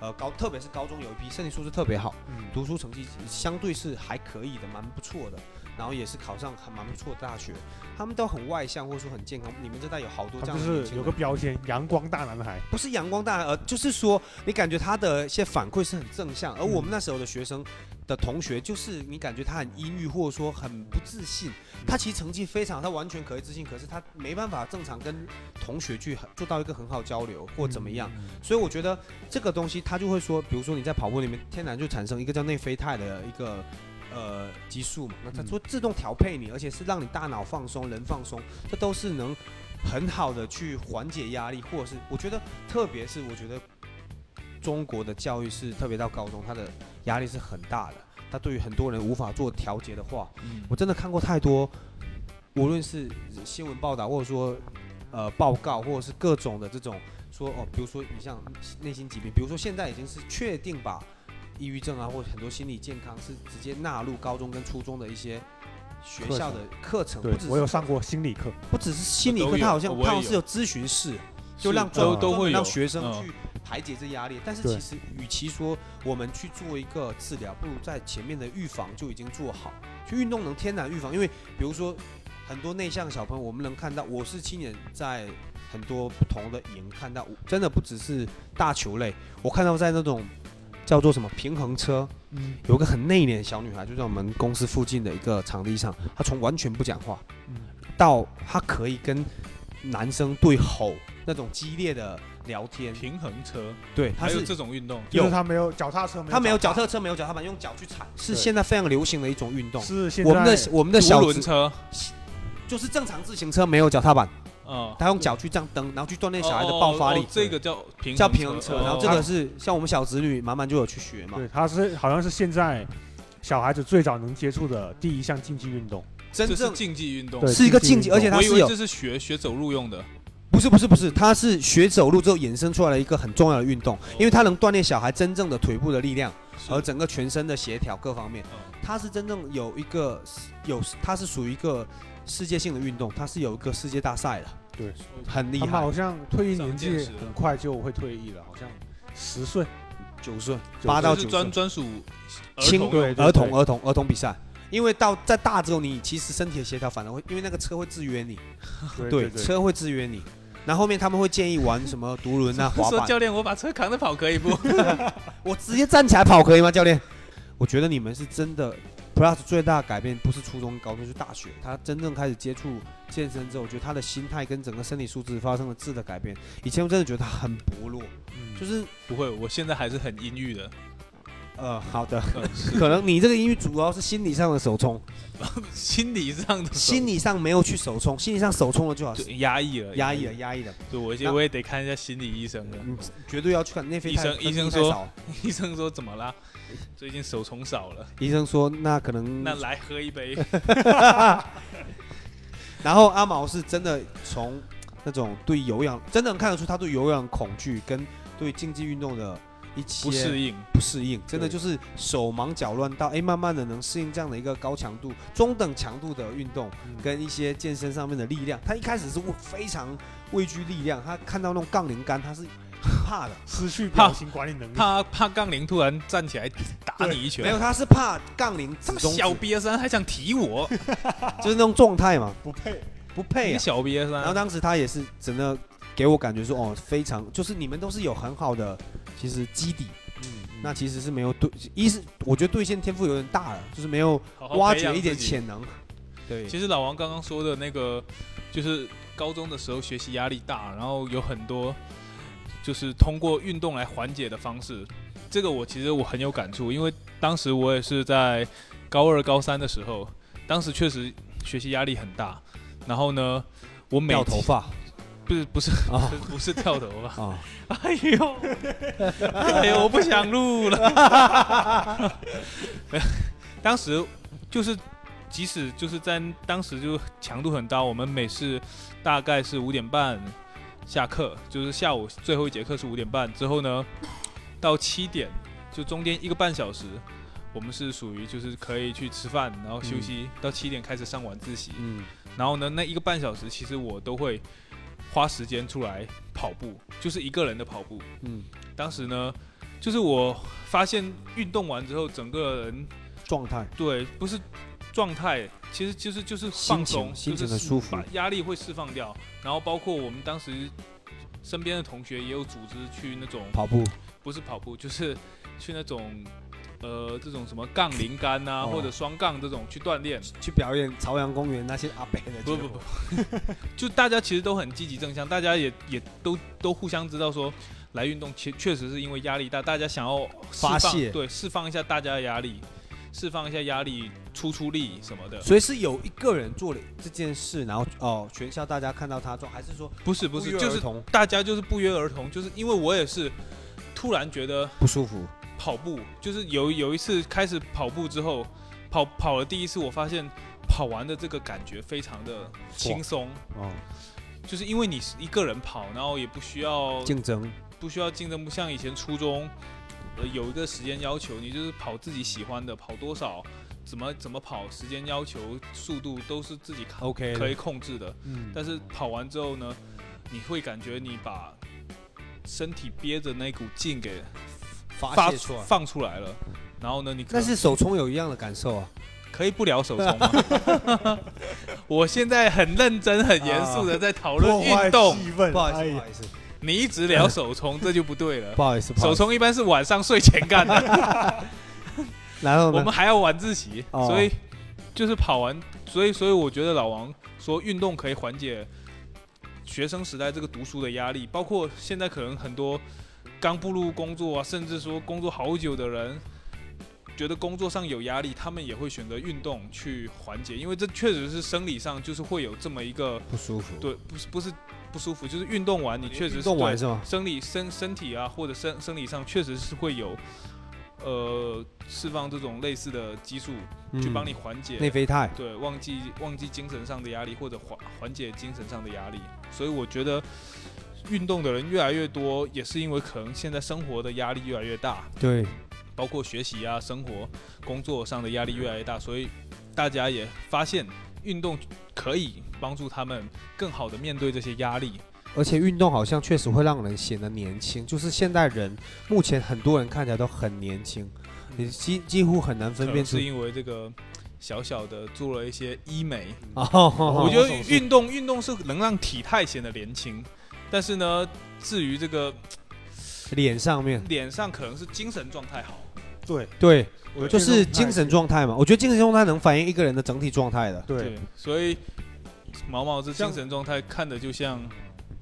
B: 呃，高特别是高中有一批身体素质特别好，
C: 嗯
B: 读书成绩相对是还可以的，蛮不错的，然后也是考上还蛮不错的大学，他们都很外向或者说很健康。你们这代有好多这
C: 他
B: 样
C: 就
B: 的年
C: 是
B: 轻人
C: 有个标签“阳光大男孩
B: 不是阳光大男孩，而就是说你感觉他的一些反馈是很正向，而我们那时候的学生的同学，就是你感觉他很阴郁或者说很不自信，他其实成绩非常，他完全可以自信，可是他没办法正常跟同学去很做到一个很好交流”或怎么样。？
C: 嗯
B: 所以我觉得这个东西，它就会说，比如说你在跑步里面，天然就产生一个叫内啡肽的一个呃激素嘛，那它
C: 嗯
B: 就自动调配你，而且是让你大脑放松、人放松，这都是能很好的去缓解压力，或者是我觉得，特别是我觉得中国的教育是特别到高中，它的压力是很大的，它对于很多人无法做调节的话，
A: 嗯
B: 我真的看过太多，无论是新闻报道，或者说呃报告，或者是各种的这种说哦，比如说你像内心疾病，比如说现在已经是确定把抑郁症啊，或者很多心理健康是直接纳入高中跟初中的一些学校的课程，
C: 对
B: 不只，
C: 我有
B: 是
C: 上过心理课，
B: 不只是心理
A: 我
B: 课，
A: 都有
B: 它好像
A: 我也
B: 它好像
A: 有
B: 是有咨询室，就是让
A: 都
B: 专
A: 都会有
B: 让学生
A: 嗯
B: 去排解这压力。但是
C: 对
B: 其实，与其说我们去做一个治疗，不如在前面的预防就已经做好。去运动能天然预防，因为比如说很多内向小朋友，我们能看到，我是亲眼在很多不同的营看到，真的不只是大球类，我看到在那种叫做什么平衡车，
C: 嗯
B: 有个很内敛的小女孩，就在我们公司附近的一个场地上，她从完全不讲话，
C: 嗯
B: 到她可以跟男生对吼那种激烈的聊天，
A: 平衡车，
B: 对，她
A: 还有
B: 是
A: 这种运动，
C: 就是
B: 有
C: 他没有脚踏车，
B: 她没有脚
C: 踏，
B: 踏车，没有脚踏板，用脚去踩，是
C: 对
B: 现在非常流行的一种运动。
C: 是现在
B: 我们的我们的
A: 独
B: 小
A: 轮
B: 子
A: 车，
B: 就是正常自行车没有脚踏板，
A: 嗯，
B: 她用脚去这样蹬，然后去锻炼小孩的
A: 哦
B: 爆发
A: 哦
B: 力
A: 哦，这个叫平
B: 叫平衡车。然后这
A: 哦
B: 个是像我们小子女满满就有去学嘛，
C: 对，他是好像是现在小孩子最早能接触的第一项竞技运动，
B: 真
A: 这
B: 正
A: 是竞技运动
C: 对，
B: 是一个竞
C: 竞
B: 技，
C: 技运动
B: 而且它
A: 我以
B: 是
A: 为
B: 有
A: 这是学学走路用的，
B: 不是不是不是，它是学走路之后衍生出来的一个很重要的运
C: 哦
B: 动，因为它能锻炼小孩真正的腿部的力量和整个全身的协调各方
C: 哦
B: 面。
A: 嗯
B: 它是真正有一个有，它是属于一个世界性的运动，它是有一个世界大赛的，
C: 对，
B: 很厉
C: 他们
B: 害
C: 好。像退役年
A: 上电
C: 纪
A: 视了
C: 很快就会退役了，好像十岁，
B: 九岁，八到
A: 这
B: 九
A: 是
B: 岁
A: 专，专属儿
B: 轻
A: 童
C: 对
A: 用的
B: 儿童儿童儿童比赛。因为到再大之后，你其实身体的协调反而会，因为那个车会制约你，
C: 对对，
B: 车会制约你，然后后面他们会建议玩什么独 轮啊、滑
A: 说
B: 板，
A: 教练，我把车扛着跑可以不？
B: 我直接站起来跑可以吗，教练？我觉得你们是真的 Plus 最大的改变不是初中、高中，是大学。他真正开始接触健身之后，我觉得他的心态跟整个身体素质发生了质的改变。以前我真的觉得他很薄弱，
C: 就
B: 就是是
A: 不会，我现在还是很阴郁的。
B: 呃，好 的，
A: 嗯，是
B: 可能你这个英语主要是心理上的手冲，
A: 心理上的
B: 心理上没有去手冲，心理上手冲了就好，
A: 对压抑了，
B: 压抑了，。压抑了，
A: 对，我
B: 那
A: 我也得看一下心理医生了。
B: 你绝对要去看内啡
A: 医
B: 肽
A: 生
B: 分
A: 医
B: 泌
A: 生
B: 太
A: 说
B: 少
A: 医生说怎么啦？最近手虫少了，
B: 医生说那可能
A: 那来喝一 杯。
B: 然后阿毛是真的从那种对有氧，真的能看得出他对有氧恐惧跟对竞技运动的一些
A: 不适应，
B: 不适应，真的就
C: 对
B: 是手忙脚乱到哎，慢慢的能适应这样的一个高强度、中等强度的运动
C: 嗯
B: 跟一些健身上面的力量。他一开始是非常畏惧力量，他看到那种杠铃杆他是怕的，
C: 失去表情管理能力。
A: 怕怕杠铃突然站起来打你一拳。
B: 没有，他是怕杠铃
A: 这
B: 指
A: 么
B: 中指，
A: 小瘪三还想提我？
B: 就是那种状态嘛，
C: 不配，
B: 不配、
A: 你
B: 啊。
A: 小瘪
B: 然后
A: 三，
B: 当时他也是真的给我感觉说，哦，非常就是你们都是有很好的其实基底，
C: 嗯，
B: 那其实是没有对，一是我觉得兑现天赋有点大了，就是没有
A: 好好
B: 挖
A: 哦培养
B: 掘一点
A: 自己。
B: 潜能。对，
A: 其实老王刚刚说的那个，就是高中的时候学习压力大，然后有很多就是通过运动来缓解的方式。这个我其实我很有感触，因为当时我也是在高二、高三的时候，当时确实学习压力很大。然后呢，我每
B: 掉头发
A: 不是不是、
B: 啊
A: 不是掉头发，
B: 啊，
A: 哎呦，哎呦，我不想录了。 当时就是，即使就是在当时就强度很高，我们每次大概是五点半下课，就是下午最后一节课是五点半之后呢，到七点就中间一个半小时。我们是属于就是可以去吃饭，然后休息，到七点开始上晚自习。
B: 嗯，
A: 然后呢，那一个半小时其实我都会花时间出来跑步，就是一个人的跑步。
B: 嗯，
A: 当时呢，就是我发现运动完之后，整个人
B: 状态
A: 对不是状态，其实就是就是
B: 心
A: 放
B: 情
A: 松，
B: 心情
A: 就是
B: 很舒服
A: 把，压力会释放掉。然后包括我们当时身边的同学也有组织去那种
B: 跑步
A: 不是跑步，就是 去那种。呃，这种什么杠铃杆啊，
B: 哦
A: 或者双杠这种去锻炼，
B: 去表演朝阳公园那些阿北的，
A: 不不不，， 就大家其实都很积极正向，大家也也都都互相知道说，来运动确确实是因为压力大，大家想要释
B: 发
A: 放
B: 泄
A: 对，释放一下大家的压力，释放一下压力，出出力什么的。
B: 所以是有一个人做了这件事，然后哦，全校大家看到他做，还是说
A: 不是不是，
B: 约
A: 就
B: 而
A: 是
B: 同
A: 大家就是不约而同，就是因为我也是突然觉得
B: 不舒服，
A: 跑步，就是有有一次开始跑步之后，跑跑了第一次，我发现跑完的这个感觉非常的轻松，
B: 哦，
A: 就是因为你是一个人跑，然后也不需要
B: 竞争
A: 不需要竞争，不像以前初中，呃，有一个时间要求，你就是跑自己喜欢的，跑多少，怎么怎么跑，时间要求、速度都是自己看
B: OK
A: 可以控制的。
C: 嗯，
A: 但是跑完之后呢，你会感觉你把身体憋着那股劲给
B: 发
A: 发
B: 泄出来。
A: 放出来了，然后呢，你可
B: 但是手冲有一样的感受啊，
A: 可以不聊手 冲吗？我现在很认真、很严肃
B: 啊
A: 的在讨论
C: 破坏
A: 运动，
C: 气 氛，
B: 不好意
C: 哎
B: 思，不
C: 呀
B: 好意思，
A: 你一直聊手冲，这就不对 了。
B: 不好意思，不好
A: 手
B: 意思
A: 冲一般是晚上睡前干的。
B: 然后
A: 我
B: 呢
A: 们？还要晚自习，
B: 哦
A: 所以就是跑完，所以所以我觉得老王说运动可以缓解学生时代这个读书的压力，包括现在可能很多刚步入工作啊，甚至说工作好久的人。觉得工作上有压力，他们也会选择运动去缓解，因为这确实是生理上就是会有这么一个
B: 不舒服，
A: 对，不是不是不舒服，就是运动完你确实是
B: 运动完
A: 对
B: 是吗？
A: 生理身身体啊，或者生生理上确实是会有，呃，释放这种类似的激素，
B: 嗯
A: 去帮你缓解、
B: 内啡肽。
A: 对忘记忘记精神上的压力，或者缓缓解精神上的压力。所以我觉得运动的人越来越多，也是因为可能现在生活的压力越来越大，
B: 对，
A: 包括学习啊、生活、工作上的压力越来越大，所以大家也发现运动可以帮助他们更好的面对这些压力。
B: 而且运动好像确实会让人显得年轻，就是现代人目前很多人看起来都很年轻，你几几乎很
A: 嗯
B: 难
A: 可
B: 分
A: 能
B: 辨出
A: 是。因为这个小小的做了一些医美，
B: 哦，
A: 我觉得
C: 手术
A: 运动运动是能让体态显得年轻，但是呢，至于这个
B: 脸上面
A: 脸上可能是精神状态好，
C: 对，
B: 对，
C: 我
B: 就
C: 觉得这
B: 是
C: 种
B: 精神状态嘛。我觉得精神状态能反映一个人的整体状态的。
C: 对，
A: 所以毛毛这
C: 像
A: 精神状态看的就像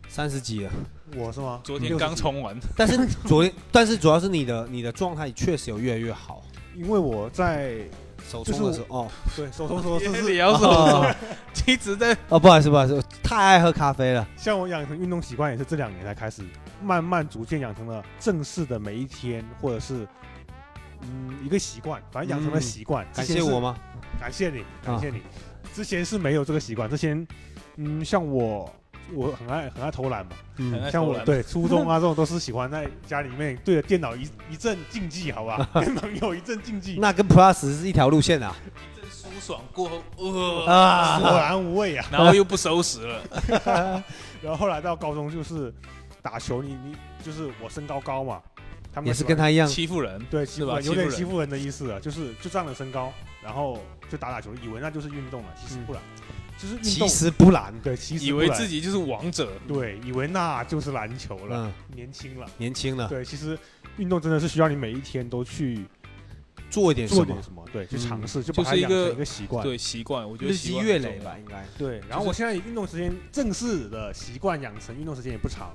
B: 三十几了，
C: 我是吗？
A: 昨
C: 60
A: 天刚
C: 几，
A: 冲完，
B: 但 是昨天，但是主要是你的你的状态确实有越来越好。
C: 因为我在
B: 手
C: 就是
B: 冲的时候，哦
C: 对手头说是
A: 也
C: 是
A: 也要说
B: 哦
A: 一直在
B: 哦，不好意思，不好意思，太爱喝咖啡了。
C: 像我养成运动习惯也是这两年才开始，慢慢逐渐养成了正式的每一天，或者是嗯一个习惯，反正养成了
B: 嗯
C: 习惯。
B: 感
C: 之
B: 谢
C: 前是
B: 我，吗？
C: 感谢你，感谢你。之前是没有这个习惯，之前嗯像我我很爱很爱偷懒嘛，
A: 很
B: 嗯，
A: 爱
C: 像
A: 偷
C: 我
A: 懒
C: 对初中啊这种都是喜欢在家里面对着电脑一一阵竞技，好吧，跟朋友一阵竞技，
B: 那跟 Plus 是一条路线的啊。
A: 一阵舒爽过后，呃，
B: 啊
C: 索然无味啊。
A: 然后又不收拾了，
C: 然后后来到高中就是打球，你你就是我身高高嘛，他们
B: 也
C: 喜
B: 是
C: 欢
B: 跟他一样，
A: 欺负人，
C: 对，欺
A: 是
C: 负
A: 吧
C: 人有点
A: 欺负人
C: 欺负人的意思啊，就是就仗着身高，然后就打打球，以为那就是运动了，其实不然，就是运
B: 其
C: 动。
B: 实不然。
C: 对，其
A: 嗯
C: 实
A: 以
C: 不
A: 为
C: 然
A: 自己就是王者，
C: 对，以为那就是篮球了，
B: 嗯，
C: 年轻了。
B: 年轻了，
C: 对，其实运动真的是需要你每一天都去
B: 做一点
C: 做
B: 什
C: 点
B: 么，
C: 什么，对，去
B: 嗯
C: 尝试，就把
A: 就
C: 它
A: 是一
C: 养成
A: 个
C: 一个习惯。
A: 对习惯，我觉得
B: 日
A: 习
B: 积
A: 惯
B: 月
A: 很重
B: 累
A: 要
B: 吧，应该。
C: 对，然后我现在运动时间正式的习惯养成，运动时间也不长，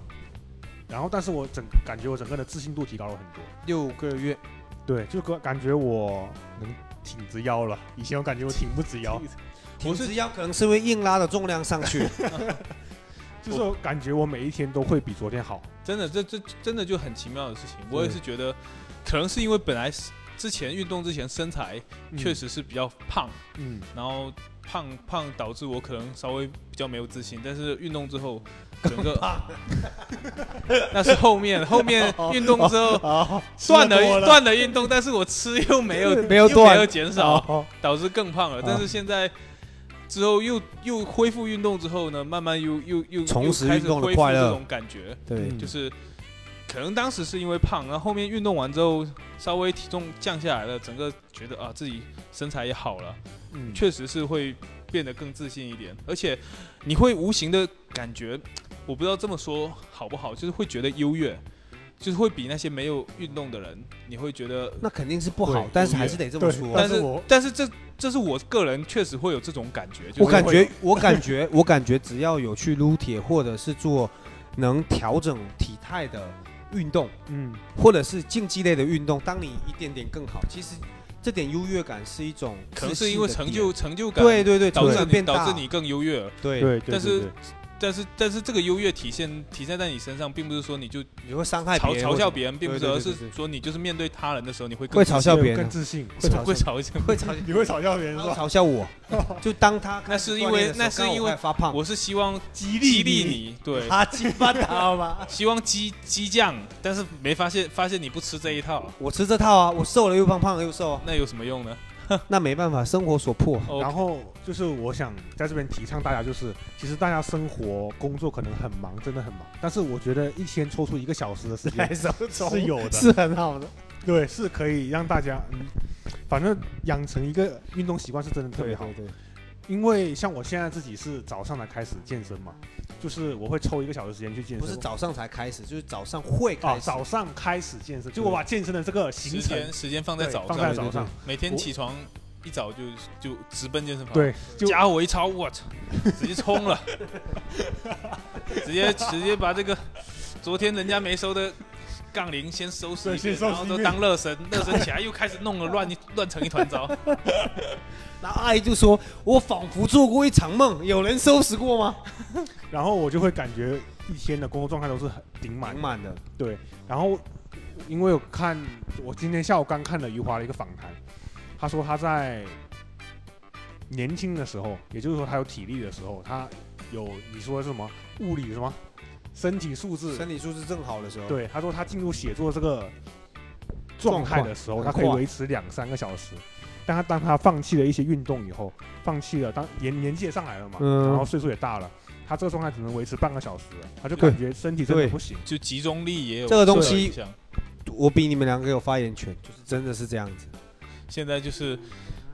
C: 然后但是我整感觉我整个的自信度提高了很多。
B: 六个月，
C: 对，就感感觉我能挺直腰了，以前我感觉我挺不直腰，
B: 我是腰可能是因为硬拉的重量上去，
C: 就是我感觉我每一天都会比昨天好。
A: 真的，这这真的就很奇妙的事情。我也是觉得，可能是因为本来是之前运动之前身材
B: 嗯
A: 确
C: 嗯实，
A: 实是比较胖，
C: 嗯，
A: 然后胖胖导致我可能稍微比较没有自信，但是运动之后。整个那是后面，后 面
B: 哦
A: 运动之后
C: 啊，
A: 断
C: 吃得多
A: 了
C: 了
A: 断了运动，但是我吃又没有
B: 没有
A: 又
B: 断
A: 没有减少，
C: 哦，
A: 导致更胖了。但是现在之后又又恢复运动之后呢，慢慢又又又
B: 重拾
A: 又开始
B: 运动的
A: 恢复
B: 快乐
A: 这种感觉
B: 对
C: 嗯
A: 就是可能当时是因为胖，然后后面运动完之后稍微体重降下来了，整个觉得啊自己身材也好了，
C: 嗯，
A: 确实是会变得更自信一点，而且你会无形的感觉，我不知道这么说好不好，就是会觉得优越。就是会比那些没有运动的人，你会觉得
B: 那肯定是不好
C: 对，
B: 但是还是得这么
C: 对
B: 说啊。
A: 但
C: 但是
A: 是
C: 我
A: 但是这这是我个人确实会有这种感觉，就是
B: 我感
A: 会
B: 觉，我感觉，我感觉，只要有去撸铁或者是做能调整体态的运动，
C: 嗯，
B: 或者是竞技类的运动，当你一点点更好，其实这点优越感是一种
A: 可能是
B: 自信
A: 因为
B: 的
A: 成
B: 点
A: 就成就感
B: 对对对，
A: 导
B: 成
A: 致
B: 就
A: 你
B: 变
A: 导
B: 大
A: 致你更优越，
B: 对，
C: 对，
A: 但是
C: 对对
A: 但是但是这个优越体现体现在你身上，并不是说你就
B: 你会伤害别
A: 嘲
B: 人
A: 嘲
B: 或
A: 笑
B: 者
A: 别人，并不是，
B: 对对
A: 而
B: 对对
A: 是
B: 对
A: 说你就是面对他人的时候，你会更
B: 会嘲笑别
C: 更
B: 人，
C: 自信，会
B: 会
C: 嘲
B: 嘲
A: 会嘲
C: 笑，
A: 笑。
B: 会嘲
C: 你会嘲笑别人是
B: 他会
C: 吧？
B: 嘲笑 我，就当他
A: 那是因为那是因为
B: 发胖，
A: 我是希望
C: 激
A: 激励，你，对，
B: 他激发他吗？
A: 希望激激将，但是没发现发现你不吃这一套，
B: 我吃这套啊，我瘦了又胖，胖了又瘦啊，
A: 那有什么用呢？
B: 那没办法，生活所 迫。
A: 哦
C: 然后就是我想在这边提倡大家，就是其实大家生活工作可能很忙，真的很忙，但是我觉得一天抽出一个小时的时 间
B: 手
C: 是有的，
B: 哎是很好的，
C: 对，是可以让大家，嗯，反正养成一个运动习惯是真的特别好。
B: 对。
C: 因为像我现在自己是早上才开始健身嘛，就是我会抽一个小时时间去健身。
B: 不是早上才开始，就是哦早上会开
C: 啊，
B: 始。
C: 早上开始健身，就我把健身的这个行
A: 时
C: 程
A: 间时间放在
C: 对
A: 早
C: 放
A: 上
C: 在，早上，
A: 每天
C: 我
A: 起床一早就就直奔健身房，
C: 对，就
A: 加我一超，我 操，直接冲了，直接直接把这个昨天人家没收的杠铃先收拾一
C: 对
A: 遍，
C: 先收拾
A: 然后
C: 一
A: 都
C: 遍
A: 当热身，热身起来又开始弄了乱一 乱成一团糟。
B: 然后阿姨就说：“我仿佛做过一场梦，有人收拾过吗
C: 然后我就会感觉一天的工作状态都是很顶？”满
B: 满。满的，
C: 对，然后因为我看我今天下午刚看了余华的一个访谈，他说他在年轻的时候，也就是说他有体力的时候，他有你说是什么物理什么身体素质
B: 身体素质正好的时候，，
C: 对，他说他进入写作这个状态的时候，他
B: 状
C: 可
B: 况
C: 以维持两三个小时。但他当他放弃了一些运动以后，放弃了当年年纪也上来了嘛，
B: 嗯
C: 然后岁数也大了，他这个状态只能维持半个小时了，他就感觉身体真的
B: 对
C: 不行。
A: 就集中力也有
B: 这个东
A: 受到
B: 西
A: 影响
B: 我比你们两个有发言权，就是真的是这样子。
A: 现在就是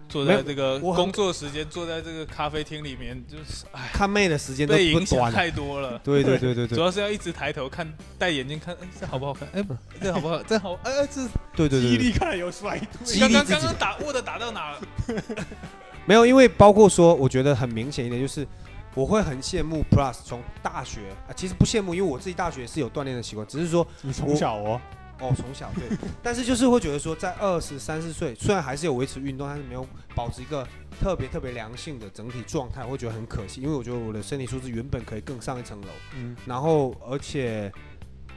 A: 坐
B: 没
A: 在
B: 有
A: 这个
B: 我很
A: 工作时间，坐在这个咖啡厅里面，就是哎，
B: 看妹的时间都
A: 被
B: 不
A: 影响
B: 短了。
A: 太多了。
B: 对对对对
A: 主
B: 对
A: 要是要一直抬头看，戴眼镜看，哎，这好不好看？哎，不，这好不好？这好，哎，哎这
B: 对对对对，
C: 看来有衰退
B: 激励
A: 刚刚
B: 自己
A: 刚刚打握的打到哪了？
B: 没有，因为包括说，我觉得很明显一点就是，我会很羡慕 Plus 从大学啊，其实不羡慕，因为我自己大学是有锻炼的习惯，只是说
C: 你从小哦，
B: 哦，从小对，但是就是会觉得说，在二十三四岁，虽然还是有维持运动，但是没有保持一个特别特别良性的整体状态，会觉得很可惜。因为我觉得我的身体素质原本可以更上一层楼，
C: 嗯，
B: 然后而且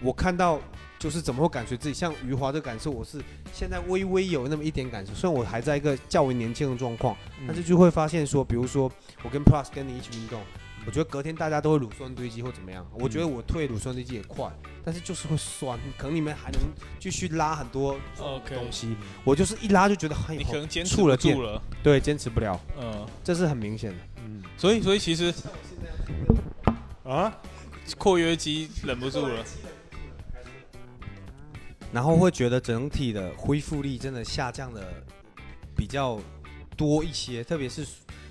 B: 我看到就是怎么会感觉自己像余华的感受，我是现在微微有那么一点感受，虽然我还在一个较为年轻的状况，
A: 嗯
C: 嗯
B: 但是就会发现说，比如说我跟 Plus 跟你一起运动，我觉得隔天大家都会乳酸堆积或怎么样，我
A: 嗯
B: 觉得我退乳酸堆积也快，但是就是会酸，可能你们还能继续拉很多
A: OK
B: 东西，我就是一拉就觉得很
A: 你可能坚持
B: 触
A: 不
B: 了
A: 住
B: 电
A: 了，
B: 对坚持不了，
A: 嗯，
B: 这是很明显的。
C: 嗯
A: 所以所以其实
C: 啊，
A: 括约肌忍不住了，
B: 然后会觉得整体的恢复力真的下降的比较多一些，特别是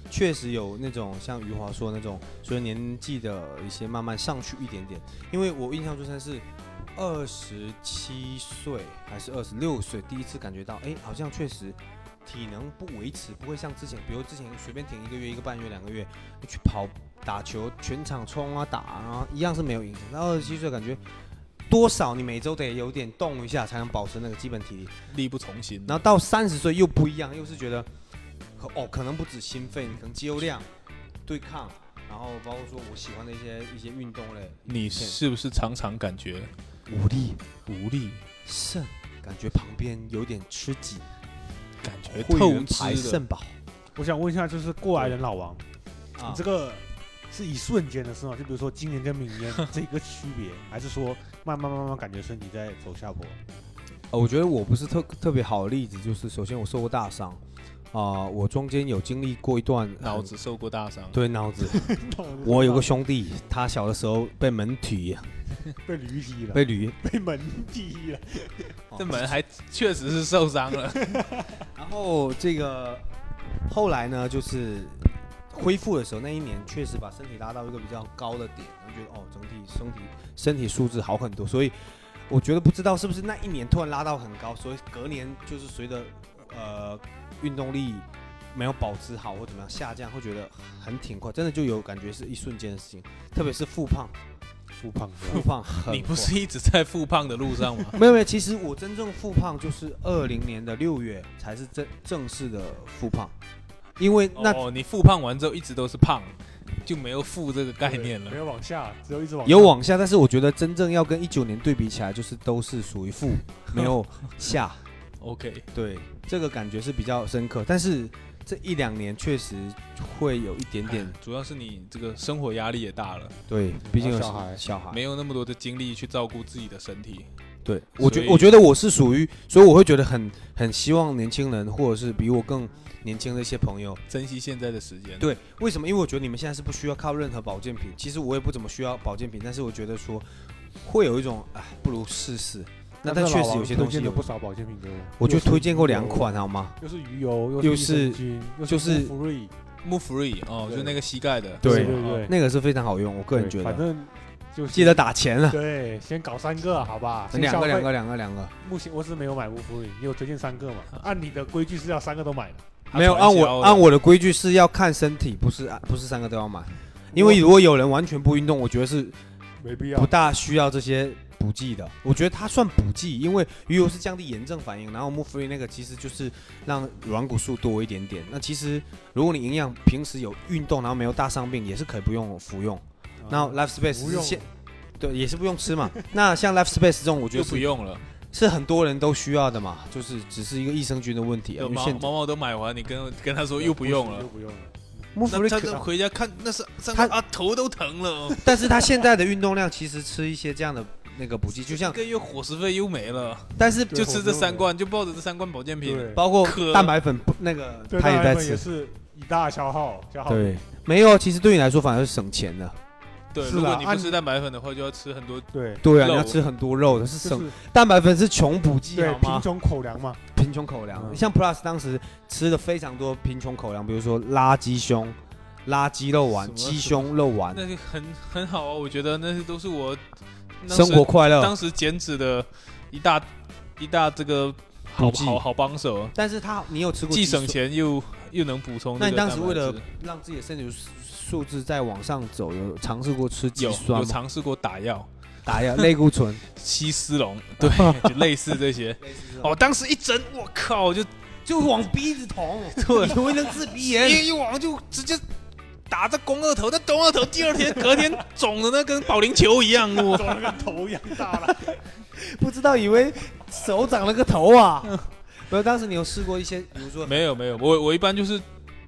B: 确实有那种像余华说的那种，随着年纪的一些慢慢上去一点点。因为我印象最深是二十七岁还是二十六岁，第一次感觉到，哎，好像确实。体能不维持，不会像之前，比如之前随便停一个月、一个半月、两个月，你去跑、打球、全场冲啊打啊，一样是没有影响。到二十七岁，感觉多少你每周得有点动一下，才能保持那个基本体力。
A: 力不从心。
B: 然后到三十岁又不一样，又是觉得，可哦，可能不止心肺，你可能肌肉量、对抗，然后包括说我喜欢的一些一些运动类，
A: 你是不是常常感觉
B: 无力、
A: 无力，
B: 肾，感觉旁边有点吃紧，
A: 感觉
B: 会
A: 透
B: 员牌
A: 支的？
B: 肾宝
C: 我想问一下，就是过来人老王，
B: 啊
C: 你这，个是一瞬间的事吗？就比如说今年跟明年这个区别， 还是说慢慢慢慢感觉身体在走下 坡？
B: 呃，我觉得我不是特特别好的例子，就是首先我受过大伤，啊、我中间有经历过一段呃很
A: 脑子受过大伤，
B: 对脑子，我有个兄弟，他小的时候被门 踢，
C: 被驴踢了，
B: 被驴
C: 被门踢了，
A: 这门还确实是受伤啊了。
B: 然后这个后来呢，就是恢复的时候，那一年确实把身体拉到一个比较高的点，然后觉得哦，整体身体身体素质好很多，所以我觉得不知道是不是那一年突然拉到很高，所以隔年就是随着呃运动力没有保持好或怎么样下降，会觉得很挺快，真的就有感觉是一瞬间的事情，特别是复胖，
C: 复 胖是吧
B: 复胖很快
A: 你不是一直在复胖的路 上吗？
B: 没有没有，其实我真正复胖就是二零年的六月才是正正式的复胖，因为那
A: 哦，你复胖完之后一直都是胖，就没有复这个概念
C: 没
A: 了。
C: 有往下，只有一直往
B: 有
C: 上
B: 往下，但是我觉得真正要跟一九年对比起来，就是都是属于负，没有下。
A: OK，
B: 对，这个感觉是比较深刻。但是这一两年确实会有一点点，
A: 主要是你这个生活压力也大了，
B: 对，毕竟有
C: 小孩
B: 小孩。
A: 没有那么多的精力去照顾自己的身体。
B: 对，我觉
A: 所以
B: 我觉得我是属于，所以我会觉得很很希望年轻人或者是比我更年轻的一些朋友，
A: 珍惜现在的时间。，
B: 对，为什么？因为我觉得你们现在是不需要靠任何保健品，其实我也不怎么需要保健品，但是我觉得说会有一种哎，不如试试。那但
C: 是
B: 确
C: 老
B: 实
C: 王
B: 有些
C: 推
B: 东西
C: 荐了
B: 有
C: 不，少保健品给我，
B: 我就
C: 又是
B: 推荐过两
C: 鱼油，
B: 款好吗？
C: 又是鱼油，
B: 又
C: 又是益
B: 是
C: 生菌，又
B: 就是
C: f r e
A: 木 free 哦，
C: 对
A: 就那个膝盖的。
B: 对
C: 对对对，
B: 那个是非常好用，我个人觉
C: 反
B: 得。
C: 正就是
B: 记得打钱了，
C: 对，先搞三个，好吧？先
B: 两
C: 消
B: 个
C: 费
B: 两个两个两个，
C: 目前我是没有买乌夫瑞，你有推荐三个吗？
B: 啊
C: 按你的规矩是要三个都买的，
A: 它
B: 没有
A: 传
B: 按
A: 销
B: 我
A: 的
C: 哦
B: 按我的规矩是要看身体，不是按不是三个都要买，因为如果有人完全不运动，我觉得是
C: 没必
B: 不。大需要这些补剂的。我觉得它算补剂，因为鱼油是降低炎症反应，然后木 free 那个其实就是让软骨素多一点点。那其实如果你营养平时有运动，然后没有大伤病，也是可以不用服用。
A: 啊
B: 然后 Life Space
C: 啊不
B: 是
C: 用
B: 现对也是不用吃嘛。 那像 Life Space 这种，我觉
A: 就
B: 得
A: 不
B: 是
A: 用了。
B: 是很多人都需要的嘛，就是只是一个益生菌的问题啊。
A: 有
B: 因为
A: 毛
B: 现
A: 毛毛都买完，你跟跟他说又不用
C: 又
A: 了。
C: 不用了。
B: 木 free
A: 那他
B: 可啊
A: 这回家看，那是上
B: 他
A: 啊头都疼了哦，
B: 但是它现在的运动量其实吃一些这样的那个补剂， 就
A: 一
B: 像
A: 个月伙食费又没了，
B: 但是
C: 对
A: 就吃这三罐，就抱着这三罐保健品。
C: 对，
B: 包括
A: 可
B: 蛋白粉不那个
C: 对，
B: 他也
C: 大
B: 在
C: 部分
B: 吃。
C: 也是一大消耗，消耗。，
B: 对，没有，其实对你来说反而是省钱的。
A: 对，
C: 是
A: 如果
C: 啦
A: 你
C: 啊
A: 不
C: 你
A: 吃蛋白粉的话，就要吃很多。
C: 对，
B: 对啊，
A: 肉
B: 你要吃很多肉的，是
C: 就
B: 省
C: 是
B: 蛋白粉是穷补剂
C: 对
B: 好
C: 贫
B: 吗？
C: 穷口粮嘛，
B: 贫贫穷口粮。
C: 嗯
B: 像 Plus 当时吃的非常多贫穷口粮，比如说拉鸡胸、拉鸡肉
A: 什
B: 丸、
A: 么
B: 鸡胸肉丸，
A: 那个很很好啊，我觉得那些都是我当时
B: 生活快乐。
A: 当时减脂的一大一大这个好
B: 补剂
A: 好好帮手，
B: 但是它你有吃过
A: 既
B: 鸡胸
A: 省钱又又能补充这个
B: 那你
A: 蛋
B: 当
A: 白
B: 时
A: 质。
B: 为了让自己的身体素素质再往上走，有尝试过吃肌
A: 有
B: 酸
A: 有
B: 吗？
A: 尝试过打药、
B: 打呀，类固醇。
A: 西施龙，对，就类似这些。 哦，当时一针，我靠，就
B: 就往鼻子捅，
A: 对
B: 以为能治鼻炎。
A: 一一网就直接打这肱二头，那肱二头第二天隔天肿的那跟保龄球一样，我
C: 肿的跟头一样大了。
B: 不知道以为手长了个头啊。 不是，当时你有试过一些，比如说
A: 没有没有，我我一般就是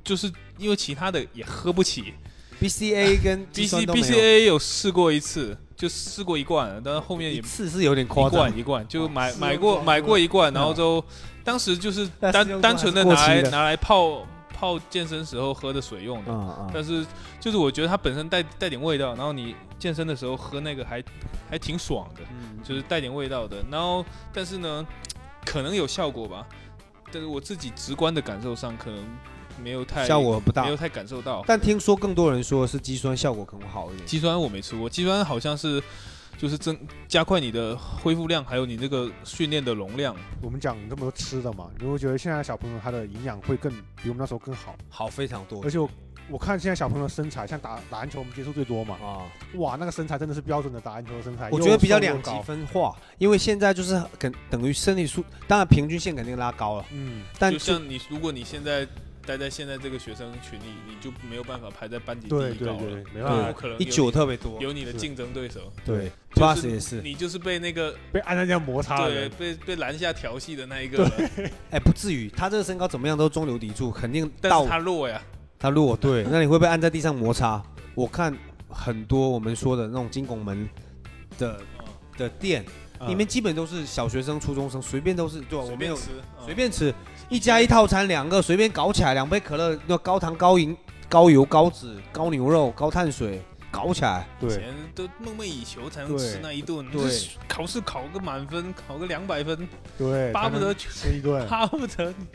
A: 就是因为其他的也喝不起
B: BCA 跟
A: ，B
B: 肌
A: C
B: 酸都
A: B
B: 没有
A: C A 有试过一次，就试过一罐，但是后面也
B: 一
A: 一
B: 次是有点夸张。哦
A: 罐一罐就买
C: 试过
A: 买过
C: 是吧
A: 买过一罐，然后就当时就是
B: 嗯但是
A: 单
B: 用过
A: 单纯的
B: 还是过
A: 拿
B: 期
A: 来
B: 的
A: 拿来泡泡健身时候喝的水用的。
B: 嗯嗯，
A: 但是就是我觉得它本身带带点味道，然后你健身的时候喝那个还还挺爽的，就是带点味道的。然后但是呢，可能有效果吧，但是我自己直观的感受上可能没有太
B: 效果不大
A: 没有。太感受到。
B: 但听说更多人说是肌酸效果可能好一点。
A: 肌酸我没吃过，肌酸好像是就是增加快你的恢复量，还有你这个训练的容量。
C: 我们讲这么多吃的嘛，你会觉得现在小朋友他的营养会更比我们那时候更好，
B: 好非常多
C: 而且我我看现在小朋友的身材，像打打篮球我们接触最多嘛，
B: 啊！
C: 哇，那个身材真的是标准的打篮球的身材，
B: 我觉得比较
C: 又瘦又
B: 两极
C: 高
B: 分化，因为现在就是等等于身体素，当然平均线肯定拉高了，
C: 嗯，
B: 但
A: 就是像你，如果你现在待在现在这个学生群里，你就没有办法排在班级第一
C: 对
A: 高
C: 对
A: 了，
C: 对，没
A: 不
C: 办法，
A: 可能有
B: 一
A: 你
B: 九特别多，
A: 有你的
C: 是
A: 竞争对手，
B: 对
A: 就是
B: ，plus 也是，
A: 你就是被那个
C: 被按在这样摩擦的
A: 对
C: 人，
A: 被被篮下调戏的那一个了，
B: 哎，不至于，他这个身高怎么样都中流砥柱，肯定
A: 但
B: 到
A: 是他弱呀，
B: 他弱。 对，那你会被按在地上摩擦？我看很多我们说的那种金拱门的的店，
C: 嗯
B: 里面基本都是小学生、初中生，随便都是，对吧？我
A: 随
B: 们
A: 便
B: 有
A: 吃，嗯
B: 随便吃，一加一套餐两个，随便搞起来，两杯可乐，那高糖、高银、高油、高脂、高牛肉、高碳水，搞起来。
A: 以
C: 对，
A: 前都梦寐以求才能
C: 对
A: 吃那一顿，
B: 对，
A: 考试考个满分，考个两百分，
C: 对，
A: 巴不得
C: 才能吃一顿，
A: 巴不得你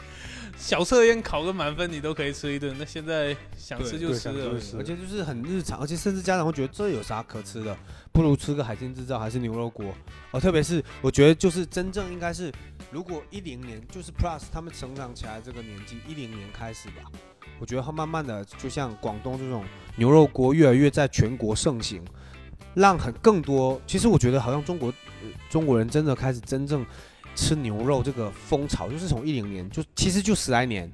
A: 小测验考个满分你都可以吃一顿，那现在想吃就
C: 对
A: 吃
C: 想吃就
A: 了，
C: 吃
B: 而且就是很日常，而且甚至家长会觉得这有啥可吃的，不如吃个海鲜自造还是牛肉锅。哦，特别是我觉得就是真正应该是，如果一零年就是 Plus 他们成长起来这个年纪，一零年开始吧，我觉得它慢慢的就像广东这种牛肉锅越来越在全国盛行，让很更多。其实我觉得好像中国、呃中国人真的开始真正吃牛肉这个风潮，就是从一零年就其实就十来年，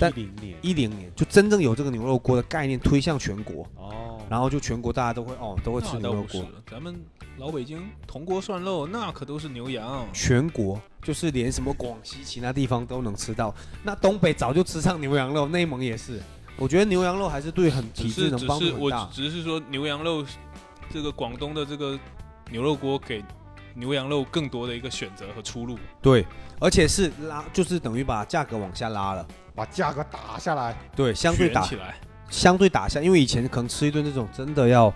B: 但
C: 零年
B: 一零年就真正有这个牛肉锅的概念推向全国。
C: 哦，
B: 然后就全国大家都会哦，都会吃
A: 那
B: 牛
A: 倒
B: 肉
A: 不是
B: 锅。，
A: 咱们老北京铜锅涮肉那可都是牛羊，
B: 全国就是连什么广西其他地方都能吃到，那东北早就吃上牛羊肉，内蒙也是。我觉得牛羊肉还是对很
A: 只
B: 体质
A: 是
B: 能
A: 只
B: 帮
A: 是
B: 助很
A: 我
B: 大。
A: 只是说牛羊肉，这个广东的这个牛肉锅给牛羊肉更多的一个选择和出路。
B: 对，而且是拉，就是等于把价格往下拉了。
C: 把价格打下来，
B: 对，相对
A: 卷
B: 打
A: 起来
B: 相对打下，因为以前可能吃一顿这种真的要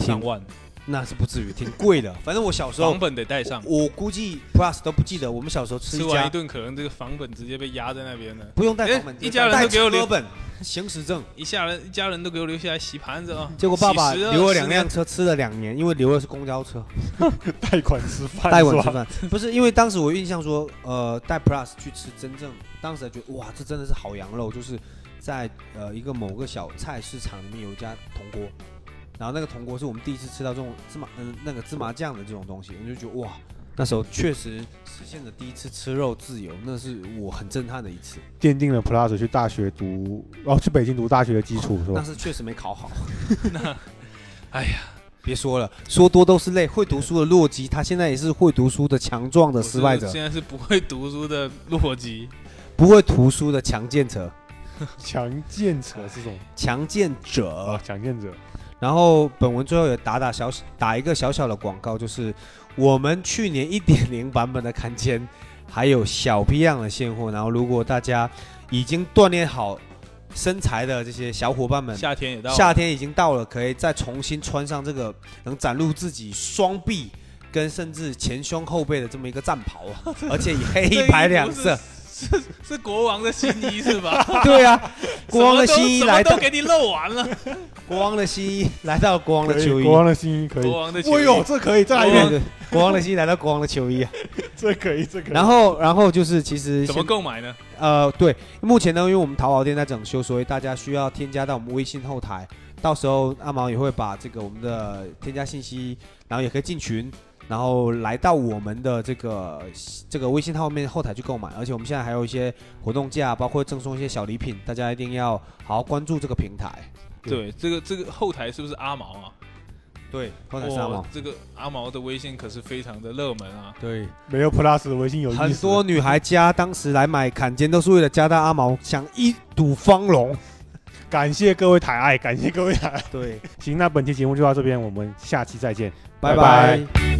A: 上
B: 挺，
A: 万，
B: 那是不至于，挺贵的。反正我小时候
A: 房，本得带上。
B: 我我估计 Plus 都不记得我们小时候吃
A: 吃
B: 一
A: 完一
B: 家，
A: 顿，可能这个房本直接被压在那边了。
B: 不用带
A: 哎
B: 房本，
A: 一家人都给我
B: 带
A: 留
B: 车本、行驶证。
A: 一下人，一家人都给我留下来洗盘子啊！
B: 结果爸爸
A: 洗十二
B: 留了两辆，车，吃了两年，因为留的是公交车，
C: 贷款吃 饭，
B: 带我
C: 是
B: 吃
C: 吧？
B: 饭。不是因为当时我印象说，呃，带 Plus 去吃真正，当时还觉得哇，这真的是好羊肉，就是在呃一个某个小菜市场里面有一家铜锅，然后那个铜锅是我们第一次吃到这种芝麻，嗯、那个芝麻酱的这种东西，我就觉得哇，那时候确实实现了第一次吃肉自由，那是我很震撼的一次。
C: 奠定了 Plus 去大学读，哦，去北京读大学的基础，是
B: 但
C: 吧？
B: 是确实没考 好。
A: 那哎
B: 呀，别说了，说多都是泪。会读书的洛基，他现在也是会读书的强壮的
A: 我是
B: 失败者，
A: 现在是不会读书的洛基，
B: 不会读书的强健者，
C: 强健者这 种
B: 强健
C: 啊，
B: 者。
C: 强健者，
B: 然后本文最后也打打小打一个小小的广告，就是我们去年一点零版本的刊签，还有小批量的现货。然后如果大家已经锻炼好身材的这些小伙伴们，
A: 夏天也到了，
B: 嗯夏天已经到了，可以再重新穿上这个能展露自己双臂 跟甚至前胸后背的这么一个战袍啊，而且以黑白两色。
A: 这是国王的新衣是吧？
B: 对啊， 国王的
A: 什么都
B: 新衣
A: 什么
B: 来到
A: 都给你漏完了，
B: 国王的新衣来到国王
C: 可
B: 的
C: 以
B: 秋衣
C: 国，王的新衣可以
A: 国。王的球
C: 哎
A: 衣
C: 呦，这可以，再来一
B: 对
C: 遍，
B: 对，国王的新衣来到国王的秋衣啊。
C: 这可以，这可以。
B: 然后，然后就是其实
A: 怎
B: 现
A: 么购买呢？
B: 呃，对，目前呢，因为我们淘宝店在整修，所以大家需要添加到我们微信后台，到时候阿毛也会把这个我们的添加信息，然后也可以进群，然后来到我们的这个这个微信后面后台去购买，而且我们现在还有一些活动价，包括赠送一些小礼品，大家一定要好好关注这个平台。
A: 对，这个这个后台是不是阿毛啊？
B: 对，后台是阿
A: 哇
B: 毛，，
A: 这个阿毛的微信可是非常的热门啊。
B: 对，
C: 没有 Plus 的微信有意思，
B: 很多女孩家当时来买坎肩都是为了加大阿毛，想一睹芳容。
C: 感谢各位抬爱，感谢各位抬爱。
B: 对，
C: 行，那本期节目就到这边，我们下期再见。
B: 拜
C: 拜拜
B: 拜。